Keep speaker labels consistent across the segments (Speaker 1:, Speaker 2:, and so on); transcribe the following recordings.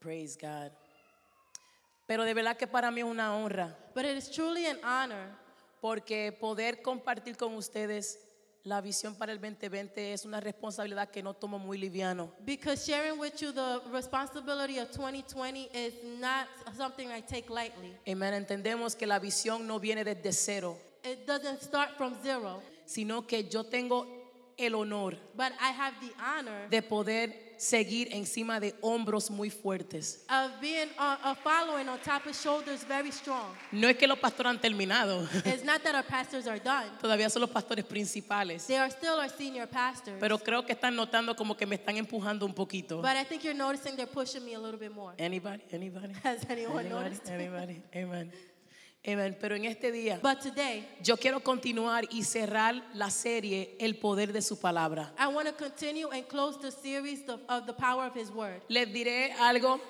Speaker 1: Praise God. Pero de verdad que para mí es una honra,
Speaker 2: But it is truly an honor
Speaker 1: porque poder compartir con ustedes la visión para el 2020 es una responsabilidad que no tomo muy liviano.
Speaker 2: because sharing with you the responsibility of 2020 is not something I take lightly.
Speaker 1: Amén. Entendemos que la visión no viene desde cero,
Speaker 2: It doesn't start from zero,
Speaker 1: sino que yo tengo el honor
Speaker 2: but I have the honor
Speaker 1: de poder seguir encima de hombros muy fuertes.
Speaker 2: of being a, a following on top of shoulders very strong.
Speaker 1: No es que los pastores han terminado,
Speaker 2: It's not that our pastors are done.
Speaker 1: todavía son los pastores principales,
Speaker 2: They are still our senior pastors.
Speaker 1: pero creo que están notando como que me están empujando un poquito.
Speaker 2: but I think you're noticing they're pushing me a little bit more.
Speaker 1: Anybody, anybody.
Speaker 2: Has anyone noticed?
Speaker 1: Anybody, amen. Amen. Pero en este día
Speaker 2: But today,
Speaker 1: yo quiero continuar y cerrar la serie El poder de su palabra.
Speaker 2: I want to continue and close the series of, of the power of His Word.
Speaker 1: Les diré algo,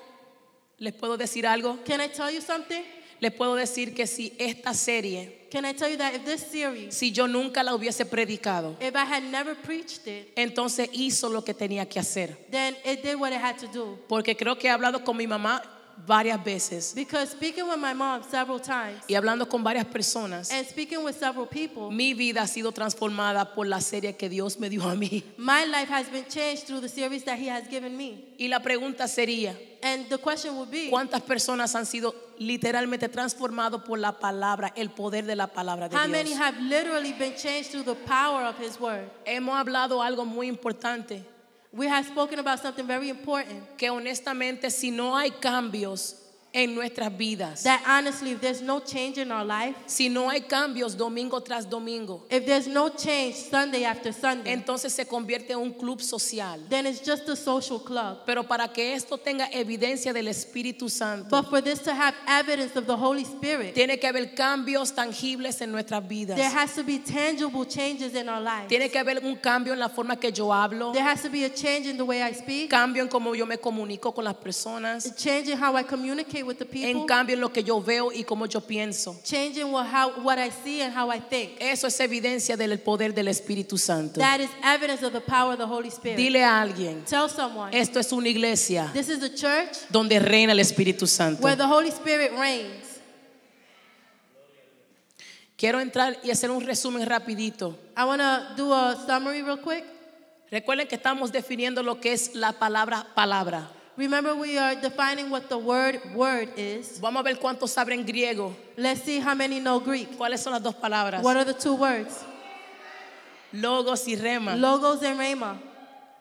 Speaker 1: les puedo decir algo,
Speaker 2: Can I tell you something?
Speaker 1: les puedo decir que si esta serie,
Speaker 2: Can I tell you that if this series,
Speaker 1: si yo nunca la hubiese predicado,
Speaker 2: if I had never preached it,
Speaker 1: entonces hizo lo que tenía que hacer.
Speaker 2: then it did what it had to do.
Speaker 1: Porque creo que he hablado con mi mamá varias veces
Speaker 2: Because speaking with my mom several times
Speaker 1: y hablando con varias personas,
Speaker 2: and speaking with several people,
Speaker 1: mi vida ha sido transformada por la serie que Dios me dio a mí.
Speaker 2: my life has been changed through the series that He has given me.
Speaker 1: Y la pregunta sería,
Speaker 2: And the question would be,
Speaker 1: ¿Cuántas personas han sido literalmente transformados por la palabra, el poder de la palabra de
Speaker 2: how
Speaker 1: Dios?
Speaker 2: many have literally been changed through the power of His Word?
Speaker 1: Hemos hablado algo muy importante,
Speaker 2: We have spoken about something very important.
Speaker 1: que honestamente si no hay cambios en nuestras vidas,
Speaker 2: That honestly, if there's no change in our life,
Speaker 1: si no hay cambios domingo tras domingo,
Speaker 2: if there's no change Sunday after Sunday,
Speaker 1: entonces se convierte en un club social.
Speaker 2: then it's just a social club.
Speaker 1: Pero para que esto tenga evidencia del Espíritu Santo,
Speaker 2: But for this to have evidence of the Holy Spirit,
Speaker 1: tiene que haber cambios tangibles en nuestras
Speaker 2: There
Speaker 1: vidas.
Speaker 2: has to be tangible changes in our lives.
Speaker 1: Tiene que haber un cambio en la forma que yo hablo,
Speaker 2: There has to be a change in the way I speak,
Speaker 1: cambio en cómo yo me comunico con las personas.
Speaker 2: a change in how I communicate with the
Speaker 1: En
Speaker 2: people,
Speaker 1: cambio, en lo que yo veo y cómo yo pienso.
Speaker 2: change in what, how, what I see and how I think.
Speaker 1: Eso es evidencia del poder del Espíritu Santo.
Speaker 2: That is evidence of the power of the Holy Spirit.
Speaker 1: Dile a alguien,
Speaker 2: Tell someone,
Speaker 1: esto es una iglesia
Speaker 2: this is a church
Speaker 1: donde reina el Espíritu Santo.
Speaker 2: where the Holy Spirit reigns.
Speaker 1: Quiero entrar y hacer un resumen rapidito.
Speaker 2: I want to do a summary real quick.
Speaker 1: Recuerden que estamos definiendo lo que es la palabra palabra.
Speaker 2: Remember, we are defining what the word word is.
Speaker 1: Vamos a ver cuántos saben griego.
Speaker 2: Let's see how many know Greek.
Speaker 1: ¿Cuáles son las dos palabras?
Speaker 2: What are the two words?
Speaker 1: Logos y rema.
Speaker 2: Logos and rhema.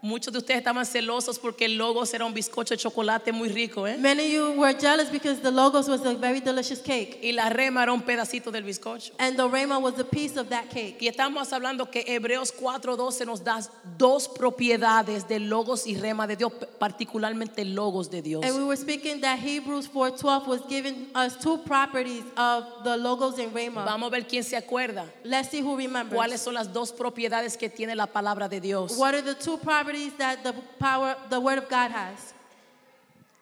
Speaker 1: Muchos de ustedes estaban celosos porque el logos era un bizcocho de chocolate muy rico, ¿eh?
Speaker 2: Many of you were jealous because the logos was a very delicious cake,
Speaker 1: Y la rema era un pedacito del bizcocho.
Speaker 2: and the rhema was a piece of that cake.
Speaker 1: Y estamos hablando que Hebreos 4:12 nos da dos propiedades de logos y rema de Dios, particularmente logos de Dios.
Speaker 2: And we were speaking that Hebrews 4:12 was giving us two properties of the logos and rhema.
Speaker 1: Vamos a ver quién se acuerda.
Speaker 2: Let's see who
Speaker 1: ¿Cuáles
Speaker 2: remembers.
Speaker 1: son las dos propiedades que tiene la palabra de Dios?
Speaker 2: What are the two properties that the power, the word of God has?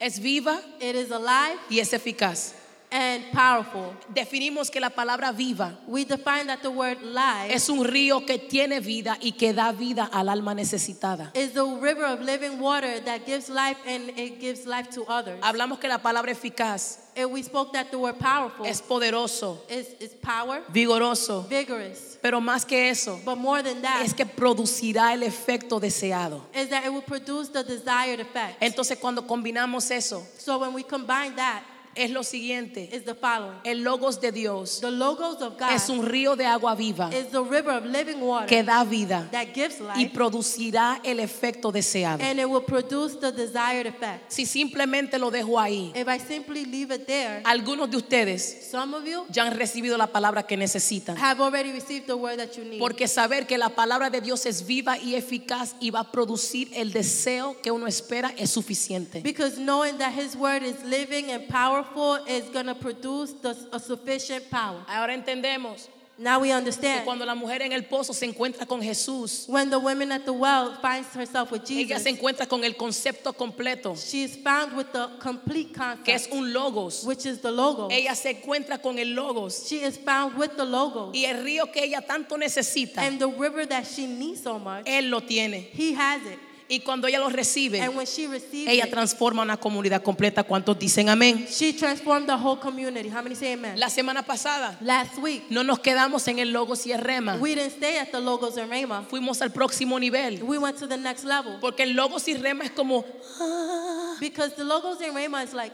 Speaker 1: Es viva
Speaker 2: It is alive
Speaker 1: y es eficaz.
Speaker 2: and powerful.
Speaker 1: Definimos que la palabra viva
Speaker 2: We define that the word live
Speaker 1: es un río que tiene vida y que da vida al alma necesitada.
Speaker 2: is the river of living water that gives life and it gives life to others.
Speaker 1: Hablamos que la palabra eficaz
Speaker 2: And we spoke that the word powerful
Speaker 1: es
Speaker 2: is,
Speaker 1: poderoso,
Speaker 2: is power,
Speaker 1: vigoroso,
Speaker 2: vigorous.
Speaker 1: pero más que eso,
Speaker 2: But more than that is
Speaker 1: es que producirá el efecto deseado.
Speaker 2: that it will produce the desired effect.
Speaker 1: Entonces cuando combinamos eso,
Speaker 2: so when we combine that,
Speaker 1: es lo siguiente.
Speaker 2: is the following.
Speaker 1: El logos de Dios
Speaker 2: The logos of God
Speaker 1: es un río de agua viva
Speaker 2: is the river of living water
Speaker 1: que da vida
Speaker 2: that gives
Speaker 1: y
Speaker 2: life
Speaker 1: producirá el efecto deseado.
Speaker 2: and it will produce the desired effect.
Speaker 1: Si simplemente lo dejo ahí,
Speaker 2: If I simply leave it there,
Speaker 1: algunos de ustedes
Speaker 2: some of you
Speaker 1: ya han recibido la palabra que necesitan.
Speaker 2: have already received the word that you need.
Speaker 1: Porque saber que la palabra de Dios es viva y eficaz y va a producir el deseo que uno espera es suficiente.
Speaker 2: because knowing that his word is living and powerful is going to produce the, a sufficient power.
Speaker 1: Ahora entendemos
Speaker 2: Now we
Speaker 1: que
Speaker 2: understand
Speaker 1: cuando la mujer en el pozo se encuentra con Jesús,
Speaker 2: when the woman at the well finds herself with
Speaker 1: ella
Speaker 2: Jesus,
Speaker 1: se encuentra con el concepto completo.
Speaker 2: She is found with the complete
Speaker 1: que es
Speaker 2: concept,
Speaker 1: un logos.
Speaker 2: which is the logo.
Speaker 1: Ella se encuentra con el logos
Speaker 2: She is found with the logo.
Speaker 1: y el río que ella tanto necesita, Eh.
Speaker 2: And the river that she needs so much,
Speaker 1: él lo tiene.
Speaker 2: he has it.
Speaker 1: Y cuando ella lo recibe,
Speaker 2: And when she received
Speaker 1: ella
Speaker 2: it,
Speaker 1: transforma una comunidad completa. ¿Cuántos dicen amén?
Speaker 2: she transformed the whole community. How many say amen?
Speaker 1: La semana pasada
Speaker 2: Last week,
Speaker 1: no nos quedamos en el Logos y el Rema.
Speaker 2: we didn't stay at the Logos and Rhema.
Speaker 1: Fuimos al próximo nivel.
Speaker 2: We went to the next level
Speaker 1: Porque el Logos y Rema es como, Ah.
Speaker 2: because the Logos and Rhema is like,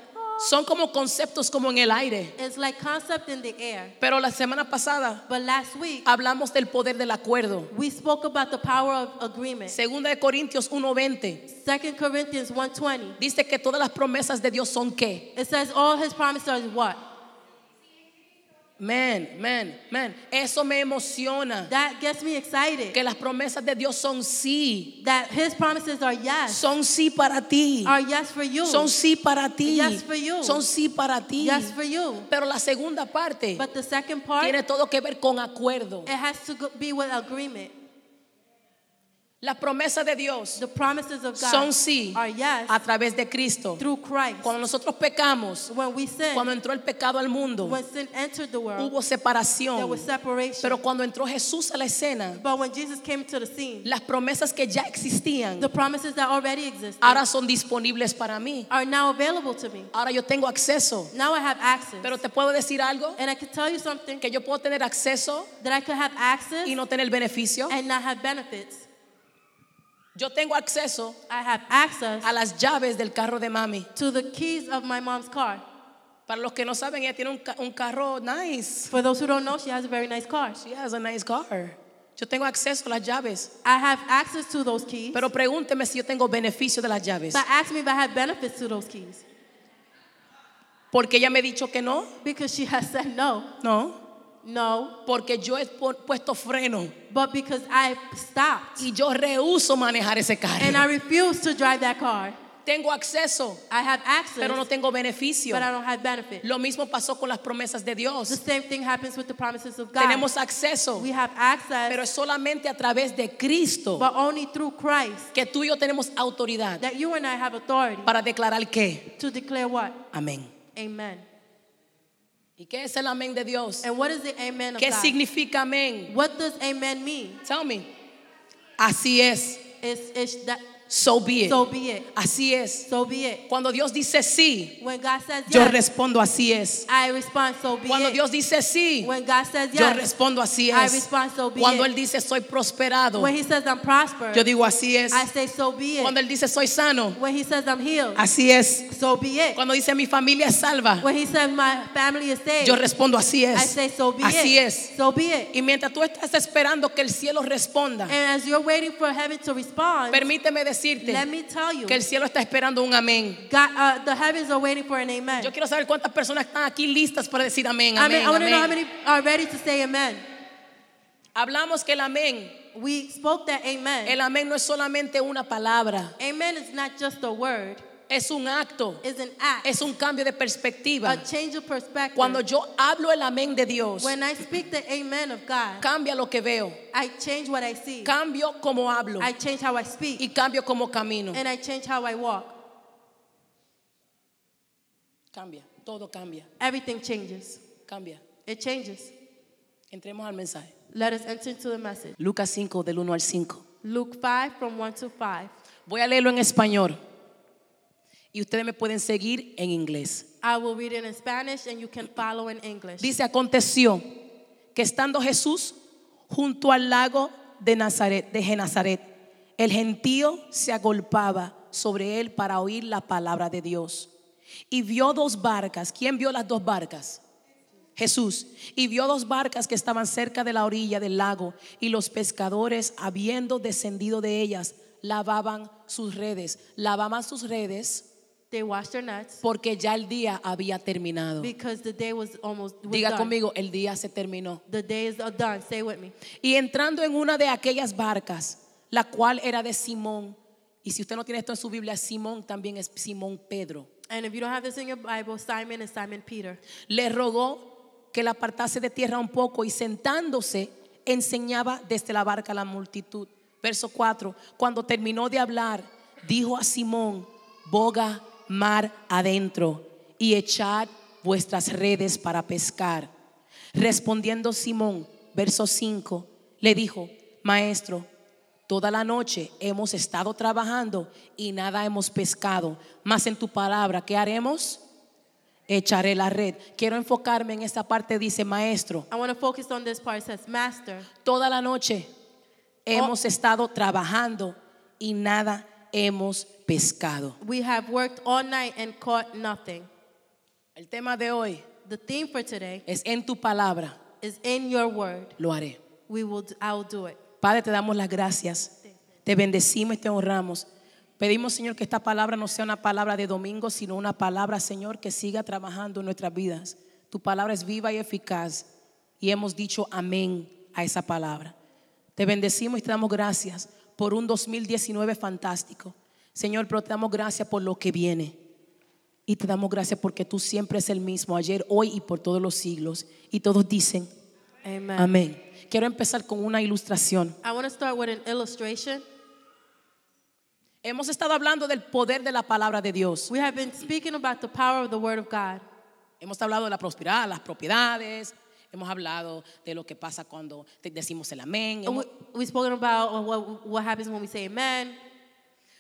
Speaker 1: son como conceptos como en el aire.
Speaker 2: it's like concept in the air.
Speaker 1: Pero la semana pasada
Speaker 2: But last week,
Speaker 1: hablamos del poder del acuerdo.
Speaker 2: we spoke about the power of agreement.
Speaker 1: Segunda de Corintios 1:20
Speaker 2: Second Corinthians 1.20,
Speaker 1: dice que todas las promesas de Dios son qué?
Speaker 2: it says all his promises are what?
Speaker 1: Man, man, man. Eso me emociona.
Speaker 2: That gets me excited.
Speaker 1: Que las promesas de Dios son sí.
Speaker 2: That his promises are yes,
Speaker 1: Son sí para ti.
Speaker 2: are yes for you,
Speaker 1: Son sí para ti.
Speaker 2: Yes for you.
Speaker 1: Son sí para ti.
Speaker 2: yes for you.
Speaker 1: Pero la segunda parte
Speaker 2: But the second part,
Speaker 1: tiene todo que ver con acuerdo.
Speaker 2: it has to go- be with agreement.
Speaker 1: Las promesas de Dios
Speaker 2: The promises of God
Speaker 1: son sí
Speaker 2: are yes
Speaker 1: a través de Cristo.
Speaker 2: through Christ.
Speaker 1: Cuando nosotros pecamos,
Speaker 2: when we sin,
Speaker 1: cuando entró el pecado al mundo,
Speaker 2: when sin entered the world,
Speaker 1: hubo
Speaker 2: there was
Speaker 1: separación.
Speaker 2: separation.
Speaker 1: Pero cuando entró Jesús a la escena,
Speaker 2: but when Jesus came to the scene,
Speaker 1: las promesas que ya existían
Speaker 2: the promises that already existed
Speaker 1: ahora son disponibles para mí.
Speaker 2: are now available to me.
Speaker 1: Ahora yo tengo acceso.
Speaker 2: Now I have access.
Speaker 1: Pero te puedo decir algo,
Speaker 2: and I can tell you something
Speaker 1: que yo puedo tener acceso
Speaker 2: that I could have access
Speaker 1: y no tener beneficio.
Speaker 2: and not have benefits.
Speaker 1: Yo tengo acceso
Speaker 2: I have access
Speaker 1: a las llaves del carro de mami.
Speaker 2: to the keys of my mom's car.
Speaker 1: Para los que no saben, ella tiene un, ca- un carro nice.
Speaker 2: For those who don't know, she has a very nice car.
Speaker 1: She has a nice car. Yo tengo acceso a las llaves.
Speaker 2: I have access to those keys.
Speaker 1: Pero pregúnteme si yo tengo beneficio de las llaves.
Speaker 2: But ask me if I have benefits to those keys.
Speaker 1: Porque ella me ha dicho que no.
Speaker 2: Because she has said no.
Speaker 1: No.
Speaker 2: No.
Speaker 1: Porque yo he pu- puesto freno
Speaker 2: But because I stopped
Speaker 1: y yo rehuso manejar ese
Speaker 2: and
Speaker 1: carro.
Speaker 2: I refuse to drive that car.
Speaker 1: Tengo acceso,
Speaker 2: I have access,
Speaker 1: pero no tengo beneficio.
Speaker 2: but I don't have benefit.
Speaker 1: Lo mismo pasó con las promesas de
Speaker 2: The
Speaker 1: Dios.
Speaker 2: same thing happens with the promises of God.
Speaker 1: Tenemos acceso,
Speaker 2: we have
Speaker 1: pero es
Speaker 2: access,
Speaker 1: solamente a través de Cristo
Speaker 2: but only through Christ
Speaker 1: que tú y yo tenemos autoridad
Speaker 2: that you and I have authority
Speaker 1: para declarar que
Speaker 2: to declare what?
Speaker 1: amén.
Speaker 2: Amen.
Speaker 1: ¿Y qué es el amén de Dios?
Speaker 2: And what is the amen of
Speaker 1: ¿Qué
Speaker 2: God?
Speaker 1: significa amén?
Speaker 2: What does amen mean?
Speaker 1: Tell me. Así es.
Speaker 2: It's, it's that,
Speaker 1: So be it.
Speaker 2: so be it.
Speaker 1: Así es.
Speaker 2: So be it.
Speaker 1: Cuando Dios dice sí,
Speaker 2: When God says
Speaker 1: yo
Speaker 2: yes,
Speaker 1: respondo así es.
Speaker 2: I respond, so be
Speaker 1: Cuando
Speaker 2: it.
Speaker 1: Dios dice sí,
Speaker 2: when God says
Speaker 1: yo
Speaker 2: yes,
Speaker 1: respondo así
Speaker 2: I
Speaker 1: es.
Speaker 2: respond, so be
Speaker 1: Cuando
Speaker 2: it.
Speaker 1: él dice soy prosperado,
Speaker 2: when He says I'm prosperous,
Speaker 1: yo digo así es.
Speaker 2: I say, so be it.
Speaker 1: Cuando él dice soy sano,
Speaker 2: when He says I'm healed,
Speaker 1: así es.
Speaker 2: so be it.
Speaker 1: Cuando dice mi familia es salva,
Speaker 2: When he said my family is saved,
Speaker 1: yo respondo así
Speaker 2: I
Speaker 1: es.
Speaker 2: say so be
Speaker 1: Así
Speaker 2: it.
Speaker 1: es.
Speaker 2: So be it.
Speaker 1: Y mientras tú estás esperando que el cielo responda,
Speaker 2: And as you're waiting for heaven to respond,
Speaker 1: permíteme
Speaker 2: let
Speaker 1: decirte
Speaker 2: me tell you,
Speaker 1: que el cielo está esperando un amén.
Speaker 2: God, uh, the heavens are waiting for an amen.
Speaker 1: Yo quiero saber cuántas personas están aquí listas para decir amén,
Speaker 2: I,
Speaker 1: amén,
Speaker 2: mean, I want to know how
Speaker 1: amén.
Speaker 2: many are ready to say amen.
Speaker 1: Hablamos que el amén,
Speaker 2: We spoke that amen.
Speaker 1: el amén no es solamente una palabra,
Speaker 2: amen is not just a word,
Speaker 1: es un acto,
Speaker 2: it's an act,
Speaker 1: es un cambio de
Speaker 2: a
Speaker 1: perspectiva.
Speaker 2: change of perspective.
Speaker 1: Cuando yo hablo el amén de Dios,
Speaker 2: when I speak the amen of God,
Speaker 1: cambia lo que veo,
Speaker 2: I change what I see,
Speaker 1: cambio cómo hablo
Speaker 2: I change how I speak,
Speaker 1: y cambio cómo camino.
Speaker 2: and I change how I walk.
Speaker 1: Cambia, todo cambia,
Speaker 2: Everything changes.
Speaker 1: cambia.
Speaker 2: It changes.
Speaker 1: Entremos al mensaje.
Speaker 2: Let us enter into the message.
Speaker 1: Lucas 5 del 1 al 5.
Speaker 2: Luke 5 from 1 to 5.
Speaker 1: Voy a leerlo en español y ustedes me pueden seguir en inglés.
Speaker 2: I will read it in Spanish and you can follow in English.
Speaker 1: Dice, aconteció que estando Jesús junto al lago de Nazaret, de Genazaret, el gentío se agolpaba sobre él para oír la palabra de Dios. Y vio dos barcas. ¿Quién vio las dos barcas? Jesús. Y vio dos barcas que estaban cerca de la orilla del lago y los pescadores, habiendo descendido de ellas, lavaban sus redes. Lavaban sus redes
Speaker 2: They washed their nets
Speaker 1: porque ya el día había terminado.
Speaker 2: because the day was almost was
Speaker 1: Diga
Speaker 2: done.
Speaker 1: conmigo, el día se terminó.
Speaker 2: The days are done. Stay with me.
Speaker 1: Y entrando en una de aquellas barcas, la cual era de Simón, y si usted no tiene esto en su Biblia, Simón también es Simón Pedro,
Speaker 2: And if you don't have this in your Bible, Simon and Simon Peter.
Speaker 1: le rogó que la apartase de tierra un poco y sentándose enseñaba desde la barca a la multitud. Verso 4, cuando terminó de hablar, dijo a Simón, boga mar adentro y echad vuestras redes para pescar. Respondiendo Simón, verso 5, le dijo, maestro, Toda la noche hemos estado trabajando y nada hemos pescado. Más en tu palabra, ¿qué haremos? Echaré la red. Quiero enfocarme en esta parte, dice maestro.
Speaker 2: I want to focus on this part. It says, Master,
Speaker 1: Toda la noche hemos estado trabajando y nada hemos pescado.
Speaker 2: we have worked all night and caught nothing.
Speaker 1: El tema de hoy
Speaker 2: The theme for today
Speaker 1: es en tu palabra
Speaker 2: is in your word.
Speaker 1: lo haré.
Speaker 2: We will, I will do it.
Speaker 1: Padre, te damos las gracias. Te bendecimos y te honramos. Pedimos, Señor, que esta palabra no sea una palabra de domingo, sino una palabra, Señor, que siga trabajando en nuestras vidas. Tu palabra es viva y eficaz. Y hemos dicho amén a esa palabra. Te bendecimos y te damos gracias por un 2019 fantástico. Señor, pero te damos gracias por lo que viene. Y te damos gracias porque tú siempre es el mismo, ayer, hoy y por todos los siglos. Y todos dicen,
Speaker 2: Amen.
Speaker 1: amén. Quiero empezar con una ilustración.
Speaker 2: I want to start with an illustration.
Speaker 1: Hemos estado hablando del poder de la palabra de Dios.
Speaker 2: We have been speaking about the power of the word of God.
Speaker 1: Hemos hablado de la prosperidad, las propiedades. Hemos hablado de lo que pasa cuando te- decimos el amén.
Speaker 2: And we,
Speaker 1: Hemos-
Speaker 2: we've spoken about uh, what, what happens when we say amen.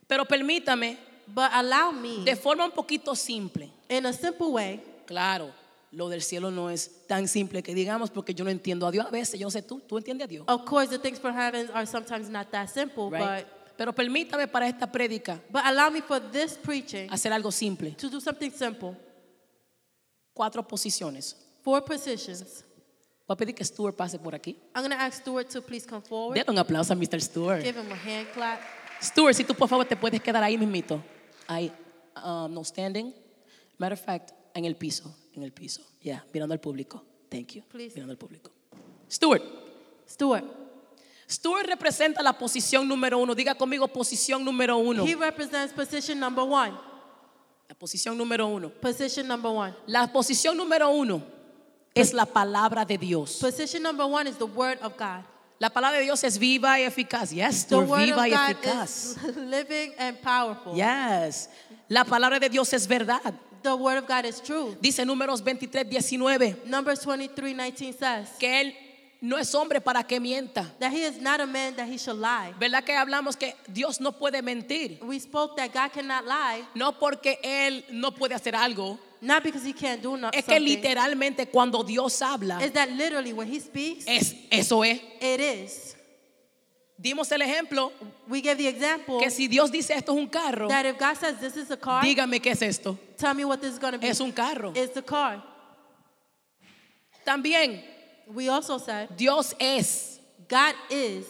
Speaker 1: Pero permítame,
Speaker 2: But allow me,
Speaker 1: de forma un poquito simple.
Speaker 2: in a simple way,
Speaker 1: Claro, lo del cielo no es tan simple que digamos porque yo no entiendo a Dios. A veces yo no sé tú, tú entiendes a Dios.
Speaker 2: of course, the things from heaven are sometimes not that simple,
Speaker 1: Right? Pero permítame para esta prédica
Speaker 2: but, but allow me for this preaching
Speaker 1: hacer algo simple.
Speaker 2: to do something simple.
Speaker 1: Cuatro posiciones.
Speaker 2: Four positions.
Speaker 1: Voy a pedir que Stuart pase por aquí.
Speaker 2: I'm going to ask Stuart to please come forward.
Speaker 1: Denle un aplauso a Mr. Stuart.
Speaker 2: Give him a hand clap.
Speaker 1: Stuart, si tú por favor te puedes quedar ahí mismito. Ahí, um, no standing. Matter of fact, en el piso, en el piso. Yeah, mirando al público. Thank you.
Speaker 2: Please.
Speaker 1: Mirando al público. Stuart.
Speaker 2: Stuart.
Speaker 1: Stuart representa la posición número uno. Diga conmigo posición número uno.
Speaker 2: He represents position number one.
Speaker 1: La posición número uno.
Speaker 2: Position number one.
Speaker 1: La posición número uno es la palabra de Dios.
Speaker 2: Position number one is the word of God.
Speaker 1: La palabra de Dios es viva y eficaz. Yes,
Speaker 2: The
Speaker 1: Stuart,
Speaker 2: word
Speaker 1: viva
Speaker 2: of
Speaker 1: y
Speaker 2: God
Speaker 1: eficaz.
Speaker 2: is living and powerful.
Speaker 1: Yes. La palabra de Dios es verdad.
Speaker 2: The word of God is true.
Speaker 1: Dice números 23, 19.
Speaker 2: Numbers 23, 19 says
Speaker 1: que él no es hombre para que mienta.
Speaker 2: that he is not a man that he should lie.
Speaker 1: ¿Verdad que hablamos que Dios no puede mentir?
Speaker 2: We spoke that God cannot lie,
Speaker 1: No porque él no puede hacer algo,
Speaker 2: not because he can't do not
Speaker 1: es que
Speaker 2: something.
Speaker 1: literalmente cuando Dios habla,
Speaker 2: Is that literally when he speaks,
Speaker 1: es eso es.
Speaker 2: it is.
Speaker 1: Dimos el ejemplo
Speaker 2: We gave the example
Speaker 1: que si Dios dice esto es un carro,
Speaker 2: that if God says this is a car,
Speaker 1: dígame qué es esto.
Speaker 2: tell me what this is going to be.
Speaker 1: Es un carro.
Speaker 2: It's the car.
Speaker 1: También
Speaker 2: We also said
Speaker 1: Dios es.
Speaker 2: God is.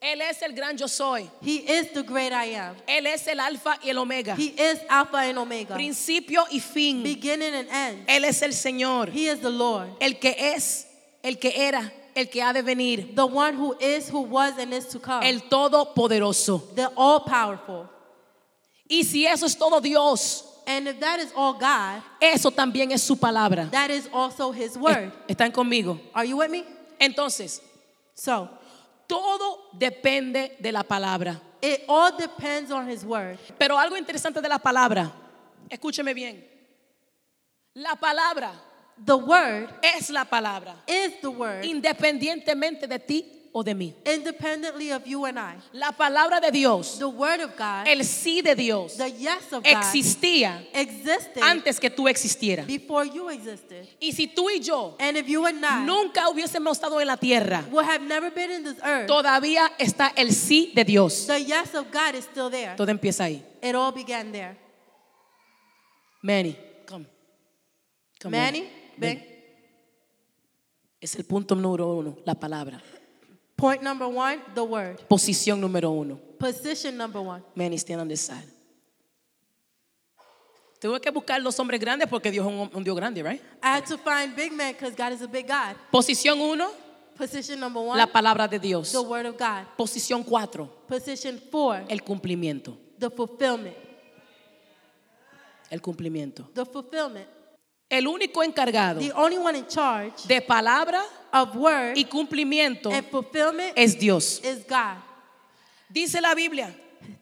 Speaker 1: Él es el gran yo soy.
Speaker 2: He is the great I am.
Speaker 1: Él es el alfa y el omega.
Speaker 2: He is Alpha and Omega,
Speaker 1: Principio y fin.
Speaker 2: beginning and end.
Speaker 1: Él es el Señor.
Speaker 2: He is the Lord,
Speaker 1: El que es, el que era, el que ha de venir.
Speaker 2: the one who is, who was, and is to come,
Speaker 1: el Todopoderoso.
Speaker 2: the all powerful.
Speaker 1: Y si eso es todo Dios,
Speaker 2: And if that is all God,
Speaker 1: eso también es su palabra.
Speaker 2: that is also His word.
Speaker 1: Es- Están conmigo.
Speaker 2: Are you with me?
Speaker 1: Entonces,
Speaker 2: So
Speaker 1: todo depende de la palabra.
Speaker 2: it all depends on His word.
Speaker 1: Pero algo interesante de la palabra, escúcheme bien. La palabra
Speaker 2: The word
Speaker 1: es la palabra,
Speaker 2: is the word,
Speaker 1: independientemente de ti o de mí.
Speaker 2: independently of you and I.
Speaker 1: La palabra de Dios,
Speaker 2: The word of God,
Speaker 1: el sí de Dios,
Speaker 2: the yes of God,
Speaker 1: existía
Speaker 2: existed
Speaker 1: antes que tú existieras.
Speaker 2: before you existed.
Speaker 1: Y si tú y yo
Speaker 2: And if you and I
Speaker 1: nunca hubiésemos estado en la tierra,
Speaker 2: would have never been in this earth,
Speaker 1: Todavía está el sí de Dios.
Speaker 2: the yes of God is still there.
Speaker 1: Todo empieza ahí.
Speaker 2: It all began there.
Speaker 1: Manny, come. Come
Speaker 2: Manny,
Speaker 1: here.
Speaker 2: big.
Speaker 1: Ven. Es el punto número uno, la palabra.
Speaker 2: Point number one, the word.
Speaker 1: Posición número uno.
Speaker 2: Position number one.
Speaker 1: Manny, stand on this side. Tuve que buscar los hombres grandes porque Dios es un, un Dios grande, right?
Speaker 2: I had to find big man because God is a big God.
Speaker 1: Posición uno,
Speaker 2: Position number one,
Speaker 1: la palabra de Dios.
Speaker 2: the word of God.
Speaker 1: Posición cuatro,
Speaker 2: Position four,
Speaker 1: el cumplimiento.
Speaker 2: the fulfillment.
Speaker 1: El cumplimiento.
Speaker 2: The fulfillment.
Speaker 1: El único encargado
Speaker 2: The only one in charge
Speaker 1: de palabra
Speaker 2: of word
Speaker 1: y cumplimiento
Speaker 2: and fulfillment
Speaker 1: es Dios.
Speaker 2: is God.
Speaker 1: Dice la Biblia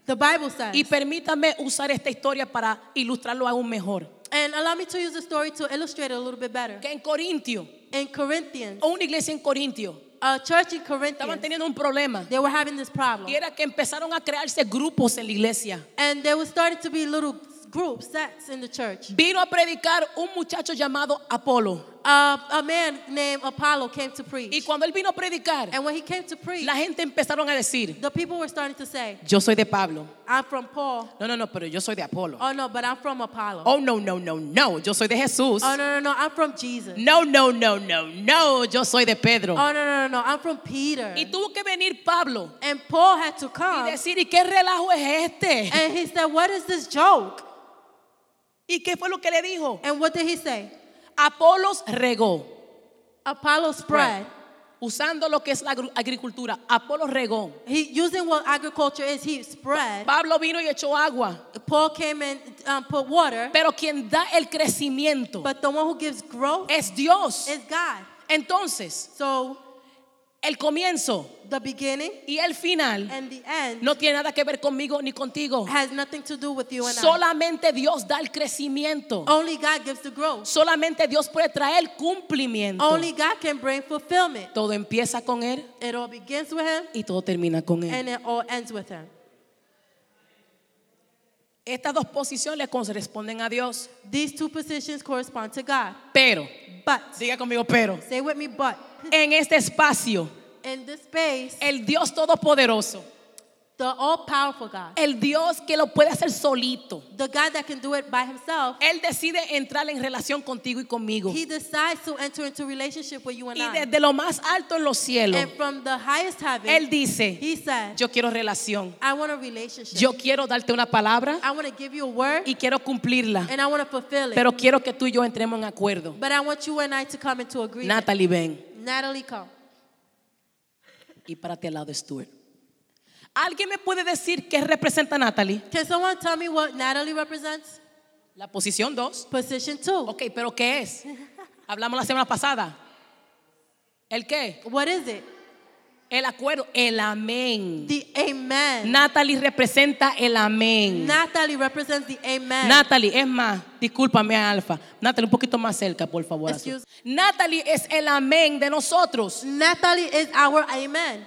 Speaker 2: The Bible says.
Speaker 1: Y permítame usar esta historia para ilustrarlo aún mejor.
Speaker 2: And allow me to use a story to illustrate it a little bit better.
Speaker 1: Que en Corintio,
Speaker 2: In Corinthians,
Speaker 1: o una iglesia en Corintio,
Speaker 2: A church in
Speaker 1: Estaban
Speaker 2: Corinthians,
Speaker 1: teniendo un problema.
Speaker 2: they were having this problem.
Speaker 1: Y era que empezaron a crearse grupos en la iglesia.
Speaker 2: And there was starting to be little groups, sects in the church.
Speaker 1: Vino a predicar un muchacho llamado Apolo.
Speaker 2: Uh, a man named Apollo came to
Speaker 1: Y
Speaker 2: preach.
Speaker 1: cuando él vino a predicar,
Speaker 2: And when he came to preach,
Speaker 1: la gente empezaron a decir,
Speaker 2: the people were starting to say,
Speaker 1: yo soy de Pablo.
Speaker 2: I'm from Paul.
Speaker 1: No, no, no, pero yo soy de Apolo.
Speaker 2: Oh, no, but I'm from Apollo.
Speaker 1: Oh, no, no, no, no, yo soy de Jesús.
Speaker 2: Oh, no, no, no, I'm from Jesus.
Speaker 1: No, no, no, no, no, yo soy de Pedro.
Speaker 2: Oh, no, no, no, no, I'm from Peter.
Speaker 1: Y tuvo que venir Pablo
Speaker 2: And Paul had to
Speaker 1: y
Speaker 2: come.
Speaker 1: decir, ¿y qué relajo es este?
Speaker 2: And he said, What is this joke?
Speaker 1: ¿Y qué fue lo que le dijo?
Speaker 2: And what did he say?
Speaker 1: Apolos regó,
Speaker 2: Apollo spread.
Speaker 1: usando lo que es la agru- agricultura. Apolos regó.
Speaker 2: He using what agriculture is, he spread.
Speaker 1: Pablo vino y echó agua.
Speaker 2: Paul came and um, put water.
Speaker 1: Pero quien da el crecimiento
Speaker 2: But the one who gives growth
Speaker 1: es Dios.
Speaker 2: is God.
Speaker 1: Entonces,
Speaker 2: So
Speaker 1: el comienzo
Speaker 2: the beginning
Speaker 1: y el final
Speaker 2: and the end
Speaker 1: no tiene nada que ver conmigo ni contigo.
Speaker 2: has nothing to do with you and I.
Speaker 1: Solamente Dios da el crecimiento.
Speaker 2: Only God gives the growth.
Speaker 1: Solamente Dios puede traer cumplimiento.
Speaker 2: Only God can bring fulfillment.
Speaker 1: Todo empieza con Él
Speaker 2: It all begins with him
Speaker 1: y todo termina con Él.
Speaker 2: and it all ends with him.
Speaker 1: Estas dos posiciones le corresponden a Dios.
Speaker 2: These two positions correspond to God.
Speaker 1: Pero,
Speaker 2: But
Speaker 1: diga conmigo, pero,
Speaker 2: say with me, but
Speaker 1: en este espacio,
Speaker 2: in this space,
Speaker 1: el Dios Todopoderoso,
Speaker 2: the all-powerful God,
Speaker 1: el Dios que lo puede hacer solito,
Speaker 2: the God that can do it by himself,
Speaker 1: Él decide entrar en relación contigo y conmigo.
Speaker 2: he decides to enter into relationship with you and
Speaker 1: Y
Speaker 2: I.
Speaker 1: desde lo más alto en los cielos,
Speaker 2: And from the highest
Speaker 1: Él
Speaker 2: heaven,
Speaker 1: dice,
Speaker 2: Em, he said,
Speaker 1: yo quiero relación,
Speaker 2: I want a relationship.
Speaker 1: yo quiero darte una palabra
Speaker 2: I want to give you a word
Speaker 1: y quiero cumplirla,
Speaker 2: and I want to fulfill it.
Speaker 1: pero quiero que tú y yo entremos en acuerdo.
Speaker 2: But I want you and I to come into agreement.
Speaker 1: Natalie, ven.
Speaker 2: Natalie, come.
Speaker 1: y párate al lado de Stuart. ¿Alguien me puede decir qué representa Natalie?
Speaker 2: Can someone tell me what Natalie represents?
Speaker 1: La posición 2.
Speaker 2: Position two.
Speaker 1: Ok, pero ¿qué es? Hablamos la semana pasada. ¿El qué?
Speaker 2: What is it?
Speaker 1: El acuerdo, el amén.
Speaker 2: The amen.
Speaker 1: Natalie representa el amén.
Speaker 2: Natalie represents the amen.
Speaker 1: Natalie, es más, discúlpame Alfa. Natalie, un poquito más cerca, por favor. azul.
Speaker 2: Excuse-
Speaker 1: Natalie es el amén de nosotros.
Speaker 2: Natalie is our amen.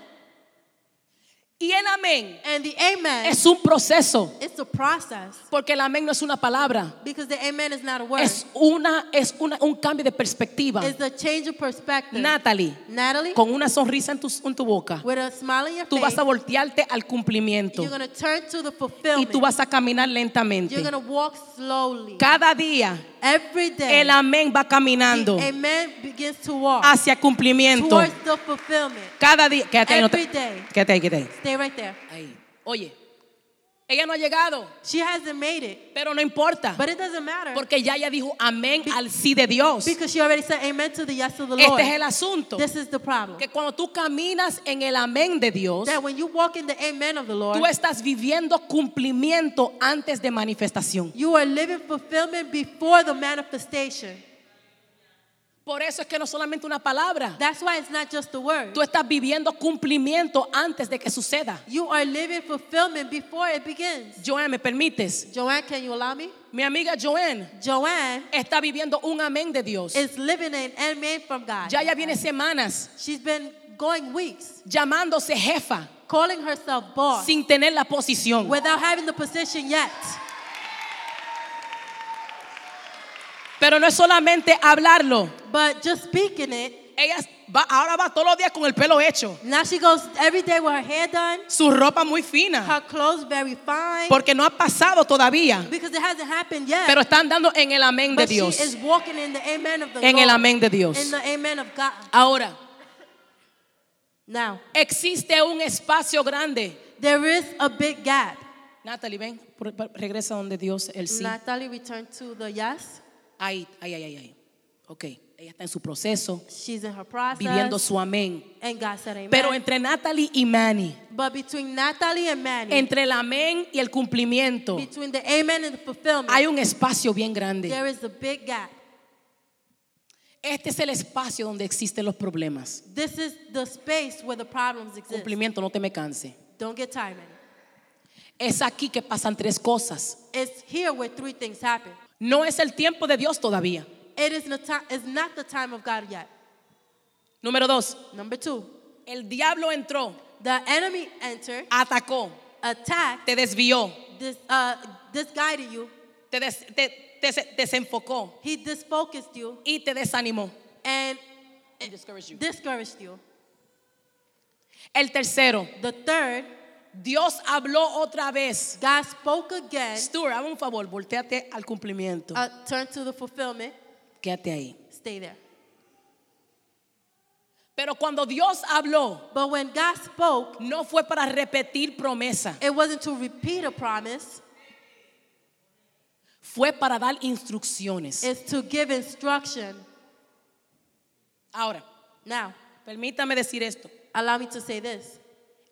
Speaker 1: Y el amén
Speaker 2: And the amen,
Speaker 1: es un proceso,
Speaker 2: it's a process
Speaker 1: porque el amén no es una palabra.
Speaker 2: because the amen is not a word.
Speaker 1: Es, una, es una- un cambio de perspectiva.
Speaker 2: It's a change of perspective.
Speaker 1: Natalie,
Speaker 2: Natalie,
Speaker 1: con una sonrisa en tu, en tu boca,
Speaker 2: with a smile on your
Speaker 1: tú
Speaker 2: face,
Speaker 1: vas a voltearte al cumplimiento
Speaker 2: you're going to turn to the
Speaker 1: y
Speaker 2: fulfillment.
Speaker 1: tú vas a caminar
Speaker 2: You're
Speaker 1: lentamente.
Speaker 2: going to walk slowly.
Speaker 1: Cada día
Speaker 2: Every day,
Speaker 1: el amén va caminando
Speaker 2: the amen begins to walk
Speaker 1: hacia cumplimiento.
Speaker 2: towards the fulfillment.
Speaker 1: Cada día. Quédate ahí, no te-
Speaker 2: Every day.
Speaker 1: quédate ahí, quédate ahí.
Speaker 2: Stay right there.
Speaker 1: Ahí. Oye, ella no ha llegado,
Speaker 2: She hasn't made it,
Speaker 1: pero no importa,
Speaker 2: but it doesn't matter
Speaker 1: porque ya ella dijo amén al sí de Dios.
Speaker 2: because she already said amen to the yes of the Lord.
Speaker 1: Este es el asunto.
Speaker 2: This is the problem.
Speaker 1: Que cuando tú caminas en el amén de Dios,
Speaker 2: That when you walk in the amen of the Lord,
Speaker 1: Tú estás viviendo cumplimiento antes de manifestación.
Speaker 2: you are living fulfillment before the manifestation.
Speaker 1: Por eso es que no solamente una palabra.
Speaker 2: That's why it's not just the word.
Speaker 1: Tú estás viviendo cumplimiento antes de que suceda.
Speaker 2: You are living fulfillment before it begins.
Speaker 1: Joanne, ¿me permites?
Speaker 2: Joanne, can you allow me?
Speaker 1: Mi amiga Joanne
Speaker 2: Joanne
Speaker 1: está viviendo un amén de Dios.
Speaker 2: is living an amen from God.
Speaker 1: Ya ya viene semanas
Speaker 2: She's been going weeks
Speaker 1: llamándose jefa
Speaker 2: calling herself boss
Speaker 1: sin tener la posición.
Speaker 2: without having the position yet.
Speaker 1: Pero no es solamente hablarlo.
Speaker 2: But just speaking it,
Speaker 1: Ella va, ahora va todos los días con el pelo hecho,
Speaker 2: now she goes every day with her hair done,
Speaker 1: su ropa muy fina,
Speaker 2: her clothes very fine,
Speaker 1: porque no ha pasado todavía.
Speaker 2: because it hasn't happened yet.
Speaker 1: Pero está andando en el amén de
Speaker 2: but she
Speaker 1: Dios.
Speaker 2: is walking in the amen of the
Speaker 1: En
Speaker 2: Lord.
Speaker 1: el amén de Dios.
Speaker 2: In the amen of God.
Speaker 1: Ahora,
Speaker 2: Now,
Speaker 1: existe un espacio grande.
Speaker 2: there is a big gap.
Speaker 1: Natalie, ven, por- por- regresa donde Dios, el sí.
Speaker 2: Natalie returned to the yes.
Speaker 1: Ahí, ahí, ahí, ahí, ahí. Ok, ella está en su proceso,
Speaker 2: She's in her process.
Speaker 1: viviendo su amén.
Speaker 2: and God said amen.
Speaker 1: Pero entre Natalie y Manny,
Speaker 2: but between Natalie and Manny,
Speaker 1: entre el amén y el cumplimiento,
Speaker 2: between the amen and the fulfillment,
Speaker 1: hay un espacio bien grande.
Speaker 2: there is a big gap.
Speaker 1: Este es el espacio donde existen los problemas.
Speaker 2: This is the space where the problems exist.
Speaker 1: Cumplimiento, no te me canse.
Speaker 2: Don't get tired. Manny.
Speaker 1: Es aquí que pasan tres cosas.
Speaker 2: It's here where three things happen.
Speaker 1: No es el tiempo de Dios todavía.
Speaker 2: It is not, it's not the time of God yet.
Speaker 1: Número dos,
Speaker 2: Number two,
Speaker 1: El diablo entró,
Speaker 2: The enemy entered,
Speaker 1: atacó,
Speaker 2: attacked,
Speaker 1: te desvió,
Speaker 2: dis, uh, disguided you.
Speaker 1: te, des- te- te se- desenfocó
Speaker 2: He disfocused you
Speaker 1: y te desanimó.
Speaker 2: and
Speaker 1: Discouraged you.
Speaker 2: discouraged you.
Speaker 1: El tercero,
Speaker 2: The third,
Speaker 1: Dios habló otra vez.
Speaker 2: God spoke again.
Speaker 1: Stuart, hazme un favor, volteate al cumplimiento.
Speaker 2: Uh, turn to the fulfillment.
Speaker 1: Quédate ahí.
Speaker 2: Stay there.
Speaker 1: Pero cuando Dios habló,
Speaker 2: But when God spoke,
Speaker 1: no fue para repetir promesa,
Speaker 2: it wasn't to repeat a promise,
Speaker 1: fue para dar instrucciones.
Speaker 2: it's to give instruction.
Speaker 1: Ahora,
Speaker 2: Now,
Speaker 1: permítame decir esto.
Speaker 2: allow me to say this.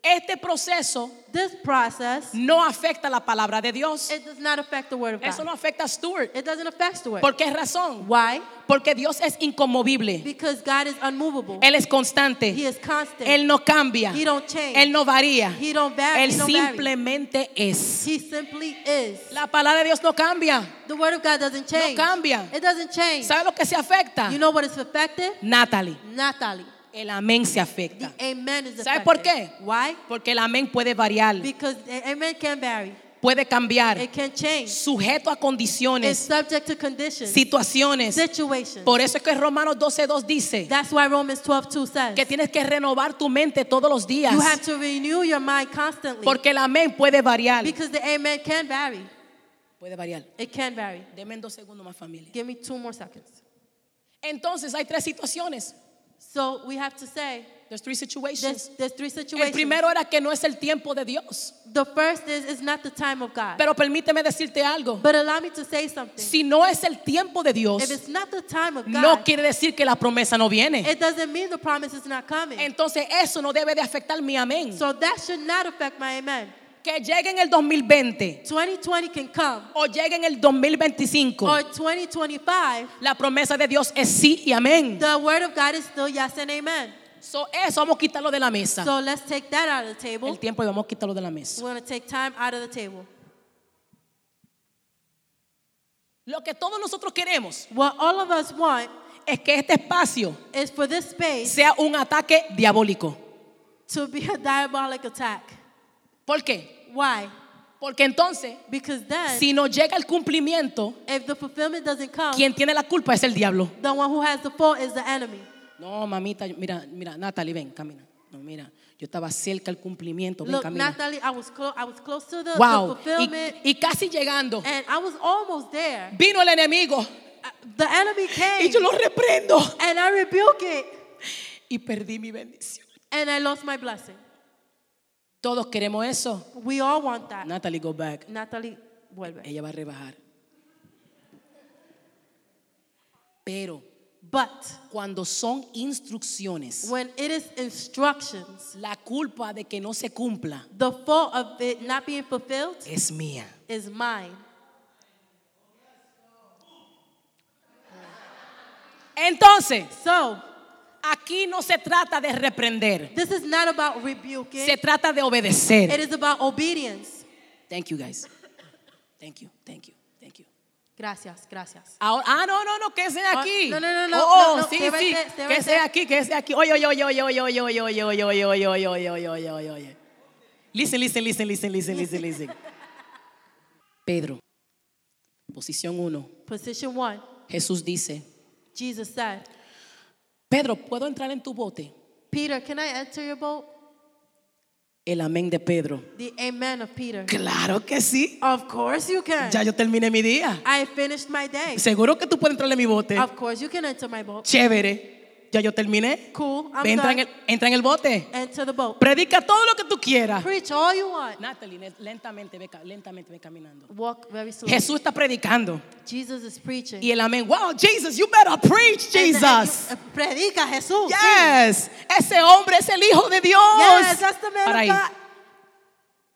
Speaker 1: Este proceso
Speaker 2: This process,
Speaker 1: no afecta la palabra de Dios.
Speaker 2: it does not affect the word of
Speaker 1: Eso
Speaker 2: God.
Speaker 1: no afecta a Stuart.
Speaker 2: It doesn't affect the word.
Speaker 1: ¿Por qué razón?
Speaker 2: Why?
Speaker 1: Porque Dios es inconmovible.
Speaker 2: Because God is unmovable.
Speaker 1: Él es
Speaker 2: He
Speaker 1: constante.
Speaker 2: is constant.
Speaker 1: Él no cambia.
Speaker 2: He don't change.
Speaker 1: Él no varía.
Speaker 2: He don't vary.
Speaker 1: Él
Speaker 2: He don't vary.
Speaker 1: simplemente es.
Speaker 2: He simply is.
Speaker 1: La palabra de Dios no cambia.
Speaker 2: The word of God doesn't
Speaker 1: No
Speaker 2: change.
Speaker 1: cambia.
Speaker 2: It doesn't change.
Speaker 1: ¿Sabe lo que se afecta?
Speaker 2: You know what is affected?
Speaker 1: Natalie,
Speaker 2: Natalie.
Speaker 1: el amén se
Speaker 2: The
Speaker 1: afecta.
Speaker 2: amen is
Speaker 1: ¿Sabe
Speaker 2: affected.
Speaker 1: por qué?
Speaker 2: Why?
Speaker 1: Porque el amén puede variar,
Speaker 2: Because the amen can vary.
Speaker 1: puede cambiar,
Speaker 2: It can change.
Speaker 1: sujeto a
Speaker 2: It's
Speaker 1: condiciones,
Speaker 2: subject to conditions,
Speaker 1: situaciones.
Speaker 2: situations.
Speaker 1: Por eso es que Romanos 12.2 dice
Speaker 2: That's why Romans 12:2 says
Speaker 1: que tienes que renovar tu mente todos los días.
Speaker 2: you have to renew your mind constantly
Speaker 1: Porque el amén puede variar.
Speaker 2: because the amen can vary.
Speaker 1: Puede variar.
Speaker 2: It can vary.
Speaker 1: Deme en dos segundos más familia.
Speaker 2: Give me two more seconds.
Speaker 1: Entonces hay tres situaciones.
Speaker 2: So we have to say
Speaker 1: There's three
Speaker 2: there's,
Speaker 1: situations.
Speaker 2: there's three situations.
Speaker 1: El primero era que no es el tiempo de Dios.
Speaker 2: the first is it's not the time of God.
Speaker 1: Pero permíteme decirte algo.
Speaker 2: but allow me to say something.
Speaker 1: Si no es el tiempo de Dios,
Speaker 2: if it's not the time of God,
Speaker 1: no quiere decir que la promesa no viene.
Speaker 2: it doesn't mean the promise is not coming.
Speaker 1: Entonces eso no debe de afectar mi amén.
Speaker 2: so that should not affect my amen.
Speaker 1: Que llegue en el 2020
Speaker 2: 2020 can come
Speaker 1: o llegue en el 2025,
Speaker 2: or 2025.
Speaker 1: la promesa de Dios es sí y amén.
Speaker 2: The word of God is still yes and amen.
Speaker 1: So, eso vamos a quitarlo de la mesa.
Speaker 2: So let's take that out of the table.
Speaker 1: El tiempo y vamos a quitarlo de la mesa.
Speaker 2: We're going to take time out of the table.
Speaker 1: Lo que todos nosotros queremos
Speaker 2: What all of us want
Speaker 1: es que este espacio
Speaker 2: is for this space
Speaker 1: sea un ataque diabólico.
Speaker 2: to be a diabolic attack.
Speaker 1: ¿Por qué?
Speaker 2: Why?
Speaker 1: Porque entonces,
Speaker 2: Because then,
Speaker 1: si no llega el cumplimiento,
Speaker 2: if the fulfillment doesn't come,
Speaker 1: quien tiene la culpa es el diablo.
Speaker 2: the one who has the fault is the enemy.
Speaker 1: No, mamita, mira, mira, Natalie, ven, camina. No, mira, yo estaba cerca al cumplimiento, ven,
Speaker 2: Look,
Speaker 1: camina.
Speaker 2: Natalie, I was, clo- I was close to the, the
Speaker 1: Wow,
Speaker 2: fulfillment,
Speaker 1: y, y casi llegando,
Speaker 2: and I was almost there.
Speaker 1: vino el enemigo
Speaker 2: Uh, The enemy
Speaker 1: y
Speaker 2: came,
Speaker 1: yo lo reprendo
Speaker 2: and I rebuke it,
Speaker 1: y perdí mi bendición.
Speaker 2: and I lost my blessing.
Speaker 1: Todos queremos eso.
Speaker 2: We all want that.
Speaker 1: Natalie, go back.
Speaker 2: Natalie, vuelve.
Speaker 1: Ella va a rebajar. Pero
Speaker 2: But
Speaker 1: cuando son instrucciones,
Speaker 2: when it is instructions,
Speaker 1: la culpa de que no se cumpla
Speaker 2: the fault of it not being fulfilled
Speaker 1: es mía.
Speaker 2: is mine.
Speaker 1: Entonces,
Speaker 2: So,
Speaker 1: aquí no se trata de reprender,
Speaker 2: this is not about rebuking.
Speaker 1: se trata de
Speaker 2: It
Speaker 1: obedecer.
Speaker 2: is about obedience.
Speaker 1: Thank you guys. Thank you, thank you, thank you.
Speaker 2: Gracias, gracias.
Speaker 1: Ahora, ah, no, no, no, que sea
Speaker 2: Ah,
Speaker 1: aquí.
Speaker 2: no, no, no, no,
Speaker 1: Oh, oh,
Speaker 2: no, no,
Speaker 1: sí,
Speaker 2: stay right
Speaker 1: sí,
Speaker 2: there, stay
Speaker 1: que
Speaker 2: right
Speaker 1: sea
Speaker 2: there.
Speaker 1: aquí, que sea aquí. Oye, oye, oye, oye, oye, oye, oye, oye, oye, oye, oye, oye, oye, oye, oye, oye. Listen, listen, listen, listen, listen, listen, listen. Pedro, posición 1.
Speaker 2: Position one,
Speaker 1: Jesús dice,
Speaker 2: Jesus said,
Speaker 1: Pedro, ¿puedo entrar en tu bote?
Speaker 2: Peter, can I enter your boat?
Speaker 1: El amén de Pedro.
Speaker 2: The amen of Peter.
Speaker 1: Claro que sí.
Speaker 2: Of course you can.
Speaker 1: Ya yo terminé mi día.
Speaker 2: I finished my day.
Speaker 1: Seguro que tú puedes entrar en mi bote.
Speaker 2: Of course you can enter my boat.
Speaker 1: Chévere. Ya yo terminé.
Speaker 2: Cool, I'm
Speaker 1: Ve, entra, en
Speaker 2: done.
Speaker 1: el, entra en el bote.
Speaker 2: Enter the boat.
Speaker 1: Predica todo lo que tú quieras.
Speaker 2: Preach all you want.
Speaker 1: Natalie, le- lentamente ve, ca- lentamente ve caminando.
Speaker 2: Walk very slowly.
Speaker 1: Jesús está predicando.
Speaker 2: Jesus is preaching.
Speaker 1: Y el amén. Wow, Jesus, you better preach,
Speaker 2: And- and
Speaker 1: Jesus.
Speaker 2: you- uh, Predica Jesús. sí.
Speaker 1: Yes. Ese hombre es el Hijo de Dios.
Speaker 2: Yes, that's the man
Speaker 1: Para
Speaker 2: of
Speaker 1: ahí.
Speaker 2: God.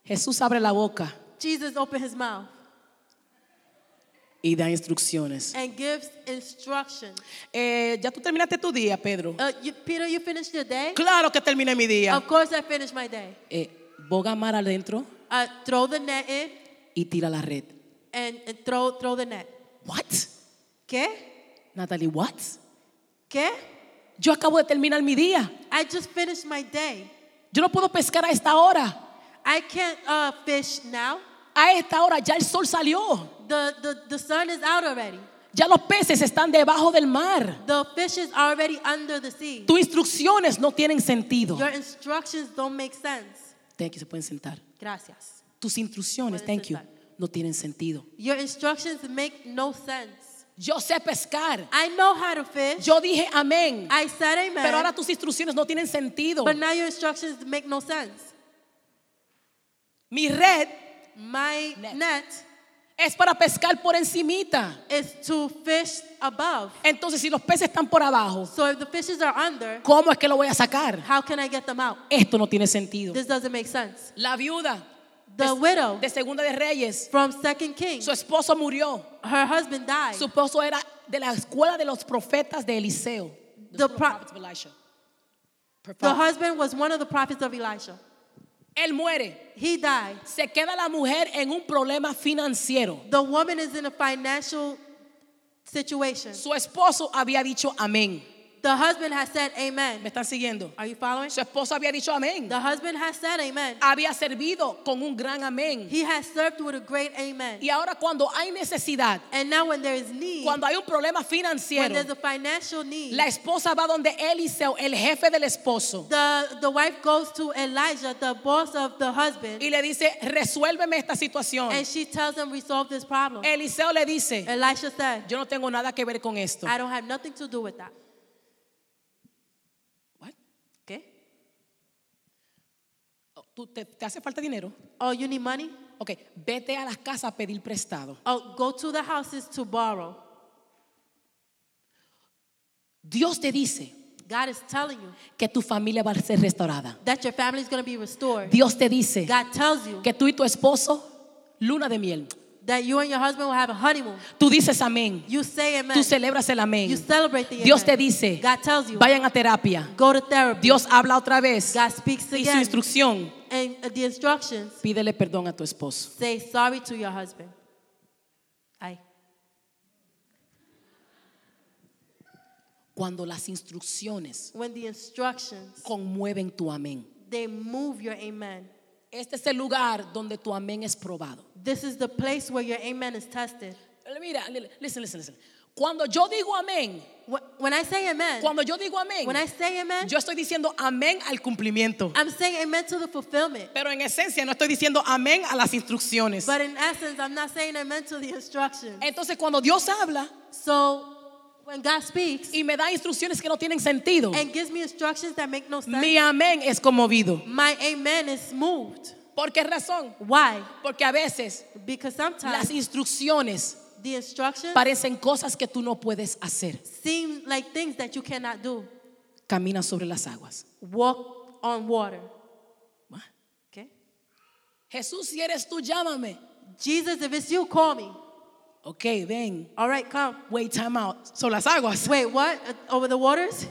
Speaker 1: Jesús abre la boca
Speaker 2: Jesus opened his mouth
Speaker 1: y da instrucciones.
Speaker 2: and gives instruction.
Speaker 1: Eh, ya tú terminaste tu día, Pedro.
Speaker 2: Uh, you, Peter, you finished your day?
Speaker 1: Claro que terminé mi día.
Speaker 2: Of course, I finished my day.
Speaker 1: Eh, boga mar adentro
Speaker 2: Uh, throw the net in
Speaker 1: y tira la red.
Speaker 2: and, and throw, throw the net.
Speaker 1: What?
Speaker 2: ¿Qué?
Speaker 1: Natalie, what?
Speaker 2: ¿Qué?
Speaker 1: Yo acabo de terminar mi día.
Speaker 2: I just finished my day.
Speaker 1: Yo no puedo pescar a esta hora.
Speaker 2: I can't uh, fish now.
Speaker 1: A esta hora ya el sol salió.
Speaker 2: The, the, the sun is out already.
Speaker 1: Ya los peces están debajo del mar.
Speaker 2: The fish is already under the sea.
Speaker 1: Tus instrucciones no tienen sentido.
Speaker 2: Your instructions don't make sense.
Speaker 1: Thank you, se pueden sentar.
Speaker 2: Gracias.
Speaker 1: Tus instrucciones,
Speaker 2: Pueden
Speaker 1: thank you,
Speaker 2: sentar.
Speaker 1: no tienen sentido.
Speaker 2: Your instructions make no sense.
Speaker 1: Yo sé pescar.
Speaker 2: I know how to fish.
Speaker 1: Yo dije amén.
Speaker 2: I said amen.
Speaker 1: Pero ahora tus instrucciones no tienen sentido.
Speaker 2: but now your instructions make no sense.
Speaker 1: Mi red
Speaker 2: My
Speaker 1: Net.
Speaker 2: net.
Speaker 1: es para pescar por encimita.
Speaker 2: is to fish above.
Speaker 1: Entonces, si los peces están por abajo,
Speaker 2: So if the fishes are under,
Speaker 1: ¿cómo es que lo voy a sacar?
Speaker 2: how can I get them out?
Speaker 1: Esto no tiene sentido.
Speaker 2: This doesn't make sense.
Speaker 1: La viuda
Speaker 2: The widow
Speaker 1: de Segunda de Reyes,
Speaker 2: from Second Kings,
Speaker 1: su esposo murió.
Speaker 2: her husband died.
Speaker 1: Su esposo era de la escuela de los profetas de Eliseo.
Speaker 2: The
Speaker 1: The school of
Speaker 2: pro-
Speaker 1: prophets of Elisha.
Speaker 2: The husband was one of the prophets of Elisha.
Speaker 1: Él muere.
Speaker 2: He died.
Speaker 1: Se queda la mujer en un problema financiero.
Speaker 2: The woman is in a financial situation.
Speaker 1: Su esposo había dicho amén.
Speaker 2: The husband has said
Speaker 1: ¿Me
Speaker 2: amen.
Speaker 1: están siguiendo?
Speaker 2: Are you following?
Speaker 1: Su esposo había dicho amén.
Speaker 2: The husband has said amen.
Speaker 1: Había servido con un gran amén.
Speaker 2: He has served with a great amen.
Speaker 1: Y ahora cuando hay necesidad,
Speaker 2: And now when there is need,
Speaker 1: cuando hay un problema
Speaker 2: when
Speaker 1: financiero,
Speaker 2: there's a financial need,
Speaker 1: la esposa va donde Eliseo, el jefe del esposo,
Speaker 2: the, the wife goes to Elijah, the boss of the husband,
Speaker 1: y le dice, resuélveme esta situación.
Speaker 2: and she tells him, resolve this problem.
Speaker 1: Eliseo le dice,
Speaker 2: Elisha said,
Speaker 1: yo no tengo nada que ver con esto.
Speaker 2: I don't have nothing to do with that.
Speaker 1: What?
Speaker 2: Okay?
Speaker 1: Oh, ¿Tú te, te hace falta dinero?
Speaker 2: Oh, you need money?
Speaker 1: Ok, vete a las casas a pedir prestado.
Speaker 2: Oh, go to the houses to borrow.
Speaker 1: Dios te dice
Speaker 2: God is telling you
Speaker 1: que tu familia va a ser restaurada.
Speaker 2: that your family is going to be restored.
Speaker 1: Dios te dice
Speaker 2: God tells you
Speaker 1: que tú y tu esposo, luna de miel.
Speaker 2: that you and your husband will have a honeymoon.
Speaker 1: Tú dices amén.
Speaker 2: You say amen.
Speaker 1: Tú celebras el
Speaker 2: You
Speaker 1: amén.
Speaker 2: celebrate the
Speaker 1: Dios te
Speaker 2: amen.
Speaker 1: dice,
Speaker 2: God tells you,
Speaker 1: vayan a terapia.
Speaker 2: go to therapy.
Speaker 1: Dios habla otra vez.
Speaker 2: God speaks
Speaker 1: Y su
Speaker 2: again.
Speaker 1: instrucción,
Speaker 2: and uh, the instructions
Speaker 1: pídele perdón a tu esposo.
Speaker 2: say sorry to your husband. Ay.
Speaker 1: Cuando las instrucciones
Speaker 2: When the instructions,
Speaker 1: conmueven tu amén.
Speaker 2: they move your amen.
Speaker 1: Este es el lugar donde tu amén es probado.
Speaker 2: This is the place where your amen is tested.
Speaker 1: Mira, li- listen, listen, listen. Cuando yo digo amén,
Speaker 2: Wh- When I say amen,
Speaker 1: cuando yo digo amén,
Speaker 2: when I say amen,
Speaker 1: yo estoy diciendo amén al cumplimiento.
Speaker 2: I'm saying amen to the fulfillment.
Speaker 1: Pero en esencia no estoy diciendo amén a las instrucciones.
Speaker 2: But in essence, I'm not saying amen to the instructions.
Speaker 1: Entonces cuando Dios habla
Speaker 2: So when God speaks
Speaker 1: y me da instrucciones que no tienen sentido,
Speaker 2: and gives me instructions that make no sense,
Speaker 1: mi amén es conmovido.
Speaker 2: my amen is moved.
Speaker 1: ¿Por qué razón?
Speaker 2: Why?
Speaker 1: Porque a veces
Speaker 2: Because
Speaker 1: las
Speaker 2: sometimes
Speaker 1: instrucciones
Speaker 2: the instructions
Speaker 1: parecen cosas que tú no puedes hacer.
Speaker 2: seem like things that you cannot do.
Speaker 1: Camina sobre las aguas.
Speaker 2: Walk on water. Okay?
Speaker 1: Jesús, si eres tú, llámame.
Speaker 2: Jesus, if it's you, call me.
Speaker 1: Ok, ven.
Speaker 2: All right, come.
Speaker 1: Wait, time out. Sobre las aguas.
Speaker 2: Wait, what? Uh, Over the waters?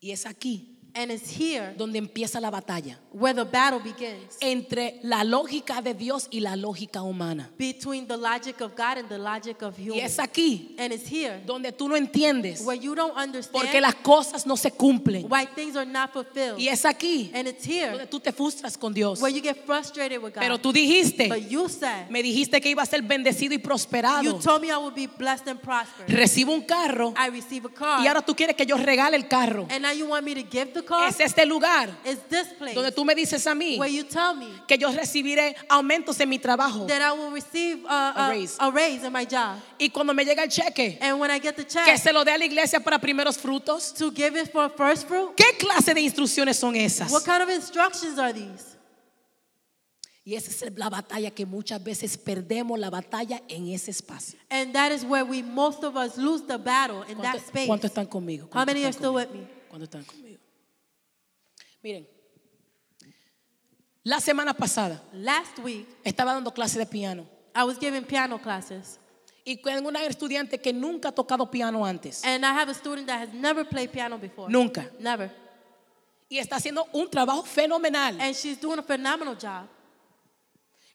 Speaker 1: Y es aquí
Speaker 2: And it's here
Speaker 1: donde empieza la batalla
Speaker 2: where the battle begins
Speaker 1: entre la lógica de Dios y la lógica humana.
Speaker 2: between the logic of God and the logic of
Speaker 1: Y
Speaker 2: humans.
Speaker 1: es aquí
Speaker 2: And it's here
Speaker 1: donde tú no entiendes
Speaker 2: where you don't
Speaker 1: porque
Speaker 2: understand
Speaker 1: las cosas no se cumplen.
Speaker 2: why things are not fulfilled.
Speaker 1: Y es aquí
Speaker 2: And it's here
Speaker 1: donde tú te frustras con Dios.
Speaker 2: where you get frustrated with God.
Speaker 1: Pero tú dijiste,
Speaker 2: but you said,
Speaker 1: me dijiste que iba a ser bendecido y prosperado.
Speaker 2: you told me I would be blessed and prosper.
Speaker 1: Recibo un carro
Speaker 2: I receive a car,
Speaker 1: y ahora tú quieres que yo regale el carro.
Speaker 2: and now you want me to give the car?
Speaker 1: Es este lugar
Speaker 2: It's this place
Speaker 1: donde tú me dices a mí
Speaker 2: where you tell me
Speaker 1: que yo recibiré aumentos en mi trabajo.
Speaker 2: that I will receive uh,
Speaker 1: A
Speaker 2: a,
Speaker 1: raise.
Speaker 2: a raise in my job,
Speaker 1: Y cuando me llega el cheque,
Speaker 2: and when I get the
Speaker 1: que
Speaker 2: check,
Speaker 1: se lo dé a la iglesia para primeros frutos.
Speaker 2: to give it for first fruit.
Speaker 1: ¿Qué clase de instrucciones son esas?
Speaker 2: What kind of instructions are these?
Speaker 1: Y esa es la batalla que muchas veces perdemos la batalla en ese espacio.
Speaker 2: And that is where we most of us lose the battle in that
Speaker 1: ¿Cuánto-
Speaker 2: space.
Speaker 1: ¿Cuántos están conmigo?
Speaker 2: How
Speaker 1: ¿Cuántos
Speaker 2: many are
Speaker 1: están
Speaker 2: still
Speaker 1: conmigo?
Speaker 2: with me?
Speaker 1: ¿Cuántos están conmigo? Miren, la semana pasada
Speaker 2: Last week,
Speaker 1: estaba dando clase de piano
Speaker 2: I was giving piano classes,
Speaker 1: y con una estudiante que nunca ha tocado piano antes.
Speaker 2: and I have a student that has never played piano before.
Speaker 1: Nunca.
Speaker 2: Never.
Speaker 1: Y está haciendo un trabajo fenomenal.
Speaker 2: And she's doing a phenomenal job.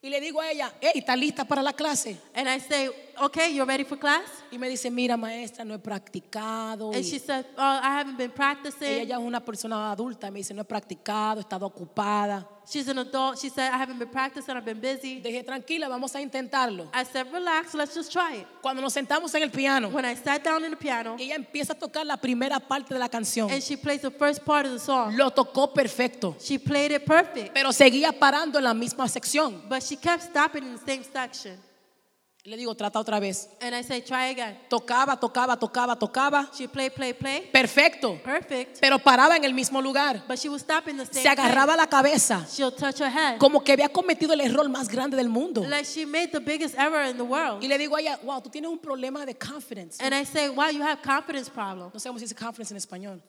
Speaker 1: Y le digo a ella, hey, ¿estás lista para la clase?
Speaker 2: And I say, okay, you're ready for class?
Speaker 1: Y me dice, mira maestra, no he practicado.
Speaker 2: And
Speaker 1: y-
Speaker 2: she said, oh, I haven't been
Speaker 1: Ella
Speaker 2: practicing.
Speaker 1: ya es una persona adulta, me dice, no he practicado, he estado ocupada.
Speaker 2: She's an adult. She said, I haven't been practicing. I've been busy.
Speaker 1: Dije, tranquila, vamos a intentarlo.
Speaker 2: I said, relax. Let's just try it.
Speaker 1: Cuando nos sentamos en el piano,
Speaker 2: When I sat down in the piano
Speaker 1: ella empieza a tocar la primera parte de la canción.
Speaker 2: and she plays the first part of the song,
Speaker 1: Lo tocó perfecto,
Speaker 2: she played it perfect.
Speaker 1: pero seguía parando en la misma sección.
Speaker 2: But she kept stopping in the same section.
Speaker 1: Le digo, trata otra vez.
Speaker 2: And I said, try again.
Speaker 1: Tocaba, tocaba, tocaba, tocaba.
Speaker 2: She played, play, play.
Speaker 1: Perfecto,
Speaker 2: Perfect.
Speaker 1: pero paraba en el mismo lugar.
Speaker 2: But she was stopping the same
Speaker 1: Se agarraba la cabeza,
Speaker 2: place. She'll touch her head.
Speaker 1: como que había cometido el error más grande del mundo.
Speaker 2: Like she made the biggest error in the world.
Speaker 1: Y le digo a ella, wow, tú tienes un problema de confidence.
Speaker 2: And I say, wow, you have confidence problem.
Speaker 1: No sé cómo se dice confidence en español.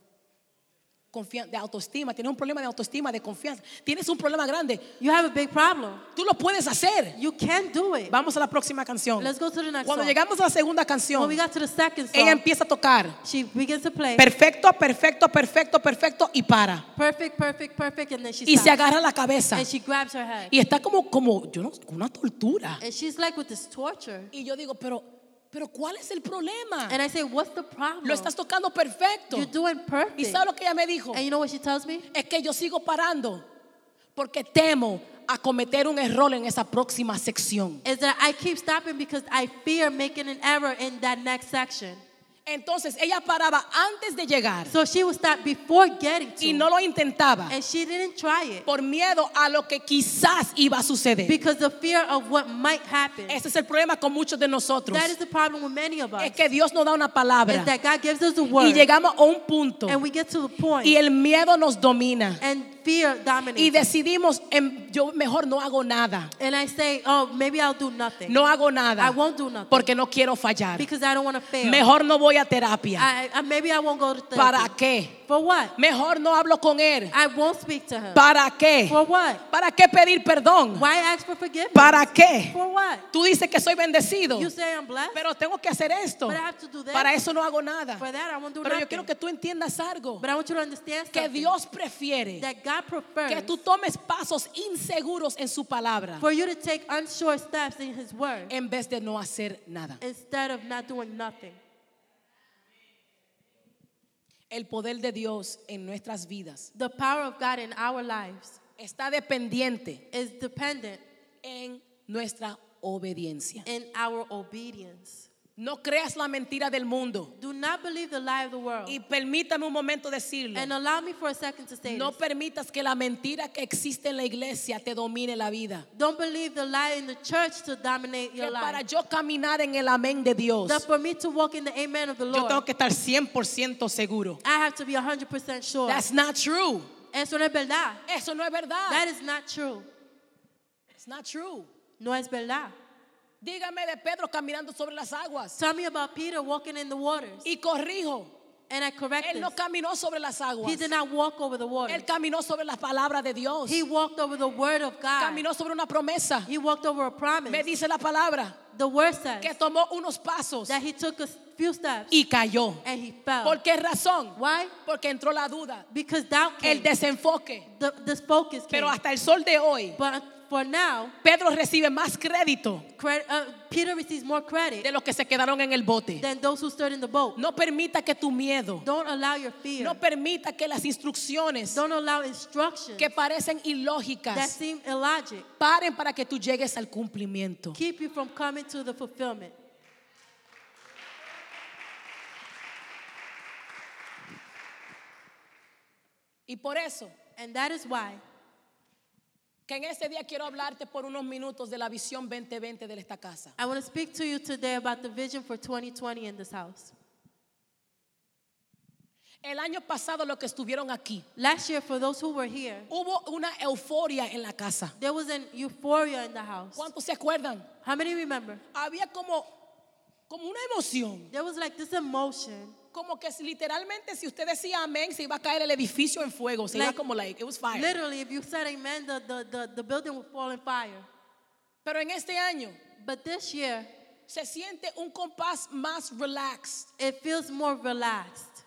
Speaker 1: Confia- de autoestima. Tienes un problema de autoestima, de confianza. Tienes un problema grande.
Speaker 2: You have a big problem.
Speaker 1: Tú lo puedes hacer.
Speaker 2: You can do it.
Speaker 1: Vamos a la próxima canción.
Speaker 2: Let's go to the next
Speaker 1: Cuando
Speaker 2: one.
Speaker 1: llegamos a la segunda
Speaker 2: When
Speaker 1: canción,
Speaker 2: we got to the second
Speaker 1: ella
Speaker 2: song,
Speaker 1: empieza a tocar.
Speaker 2: she begins to play.
Speaker 1: Perfecto, perfecto, perfecto, perfecto. Y para.
Speaker 2: Perfect, perfect, perfect. And then she
Speaker 1: Y se
Speaker 2: stops.
Speaker 1: agarra la cabeza.
Speaker 2: And she grabs her head.
Speaker 1: Y está como, como, yo no, como una tortura.
Speaker 2: And she's like with this torture.
Speaker 1: Y yo digo, pero, pero ¿cuál es el problema?
Speaker 2: And I say, what's the problem?
Speaker 1: Lo estás tocando perfecto.
Speaker 2: You're doing perfect.
Speaker 1: Y sabes lo que ella me dijo.
Speaker 2: And you know what she tells me?
Speaker 1: es que yo sigo parando porque temo a cometer un error en esa próxima sección.
Speaker 2: Is that I keep stopping because I fear making an error in that next section.
Speaker 1: Entonces ella paraba antes de llegar
Speaker 2: So she would stop before getting to
Speaker 1: y no lo intentaba
Speaker 2: And she didn't try it
Speaker 1: por miedo a lo que quizás iba a suceder.
Speaker 2: because the fear of what might happen.
Speaker 1: Ese es el problema con muchos de nosotros.
Speaker 2: That is the problem with many of us.
Speaker 1: Es que Dios nos da una
Speaker 2: is
Speaker 1: palabra
Speaker 2: that God gives us the
Speaker 1: y
Speaker 2: word
Speaker 1: llegamos a un punto
Speaker 2: and we get to the point
Speaker 1: y el miedo nos domina
Speaker 2: and fear dominates.
Speaker 1: y decidimos, em, yo mejor no hago nada,
Speaker 2: and I say, oh, maybe I'll do nothing
Speaker 1: no hago nada
Speaker 2: I won't do nothing.
Speaker 1: porque no quiero fallar.
Speaker 2: because I don't want to fail.
Speaker 1: Mejor no voy a terapia.
Speaker 2: I, I, maybe I won't go to therapy.
Speaker 1: ¿Para qué?
Speaker 2: For what?
Speaker 1: Mejor no hablo con él.
Speaker 2: I won't speak to her.
Speaker 1: ¿Para qué?
Speaker 2: For what?
Speaker 1: ¿Para qué pedir perdón?
Speaker 2: Why ask for forgiveness?
Speaker 1: ¿Para qué?
Speaker 2: For what?
Speaker 1: Tú dices que soy bendecido,
Speaker 2: You say I'm blessed.
Speaker 1: pero tengo que hacer esto.
Speaker 2: But I have to do this.
Speaker 1: Para eso no hago nada.
Speaker 2: For that, I won't do
Speaker 1: Pero yo
Speaker 2: nothing.
Speaker 1: quiero que tú entiendas algo,
Speaker 2: but I want you to understand
Speaker 1: que
Speaker 2: something,
Speaker 1: Dios prefiere
Speaker 2: that God prefers
Speaker 1: que tú tomes pasos inseguros en su palabra
Speaker 2: for you to take unsure steps in His word
Speaker 1: en vez de no hacer nada.
Speaker 2: instead of not doing nothing.
Speaker 1: El poder de Dios en nuestras vidas
Speaker 2: The power of God in our lives
Speaker 1: está dependiente
Speaker 2: is dependent
Speaker 1: en nuestra obediencia.
Speaker 2: in our obedience.
Speaker 1: No creas la mentira del mundo.
Speaker 2: Do not believe the lie of the world.
Speaker 1: Y permítame un momento decirlo.
Speaker 2: And allow me for a second to say
Speaker 1: No
Speaker 2: this.
Speaker 1: permitas que la mentira que existe en la iglesia te domine la vida.
Speaker 2: Don't believe the lie in the church to dominate
Speaker 1: Que
Speaker 2: your
Speaker 1: para
Speaker 2: life.
Speaker 1: yo caminar en el amén de Dios,
Speaker 2: That for me to walk in the amen of the
Speaker 1: yo
Speaker 2: Lord,
Speaker 1: tengo que estar 100% seguro.
Speaker 2: I have to be 100% sure.
Speaker 1: That's Ah. not true.
Speaker 2: Eso no es verdad.
Speaker 1: Eso no es verdad.
Speaker 2: That is not true.
Speaker 1: It's not true.
Speaker 2: No es verdad.
Speaker 1: Dígame de Pedro caminando sobre las aguas.
Speaker 2: Tell me about Peter walking in the waters.
Speaker 1: Y corrijo,
Speaker 2: And I correct
Speaker 1: él no
Speaker 2: this.
Speaker 1: caminó sobre las aguas.
Speaker 2: He did not walk over the water.
Speaker 1: Él caminó sobre la palabra de Dios.
Speaker 2: He walked over the word of God.
Speaker 1: Caminó sobre una promesa.
Speaker 2: He walked over a promise.
Speaker 1: Me dice la palabra
Speaker 2: The word says
Speaker 1: que tomó unos pasos
Speaker 2: that he took a few steps
Speaker 1: y cayó.
Speaker 2: and he fell.
Speaker 1: ¿Por qué razón?
Speaker 2: Why?
Speaker 1: Porque entró la duda.
Speaker 2: Because doubt
Speaker 1: el
Speaker 2: came.
Speaker 1: desenfoque.
Speaker 2: The, this focus came.
Speaker 1: Pero hasta el sol de hoy,
Speaker 2: but for now,
Speaker 1: Pedro recibe más crédito
Speaker 2: credit, uh, Peter receives more credit
Speaker 1: de los que se quedaron en el bote.
Speaker 2: than those who stood in the boat.
Speaker 1: No permita que tu miedo,
Speaker 2: Don't allow your fear.
Speaker 1: no permita que las instrucciones
Speaker 2: Don't allow instructions
Speaker 1: que parecen
Speaker 2: that
Speaker 1: ilógicas
Speaker 2: seem illogic
Speaker 1: paren para que tú llegues al cumplimiento.
Speaker 2: keep you from coming to the fulfillment.
Speaker 1: Y por eso,
Speaker 2: And that is why
Speaker 1: que en este día quiero hablarte por unos minutos de la visión 2020 de esta casa.
Speaker 2: I want to speak to you today about the vision for 2020 in this house.
Speaker 1: El año pasado, los que estuvieron aquí,
Speaker 2: Last year, for those who were here,
Speaker 1: hubo una euforia en la casa.
Speaker 2: there was an euphoria in the house.
Speaker 1: ¿Cuántos se acuerdan?
Speaker 2: How many remember?
Speaker 1: Había como, como una emoción.
Speaker 2: There was like this emotion.
Speaker 1: Como que si- literalmente si usted decía amén se iba a caer el edificio en fuego, se iba
Speaker 2: Like-
Speaker 1: como like it was fire.
Speaker 2: Literally, if you said amen, the, the, the, the building would fall in fire.
Speaker 1: Pero en este año
Speaker 2: But this year,
Speaker 1: se siente un compás más relaxed,
Speaker 2: it feels more relaxed,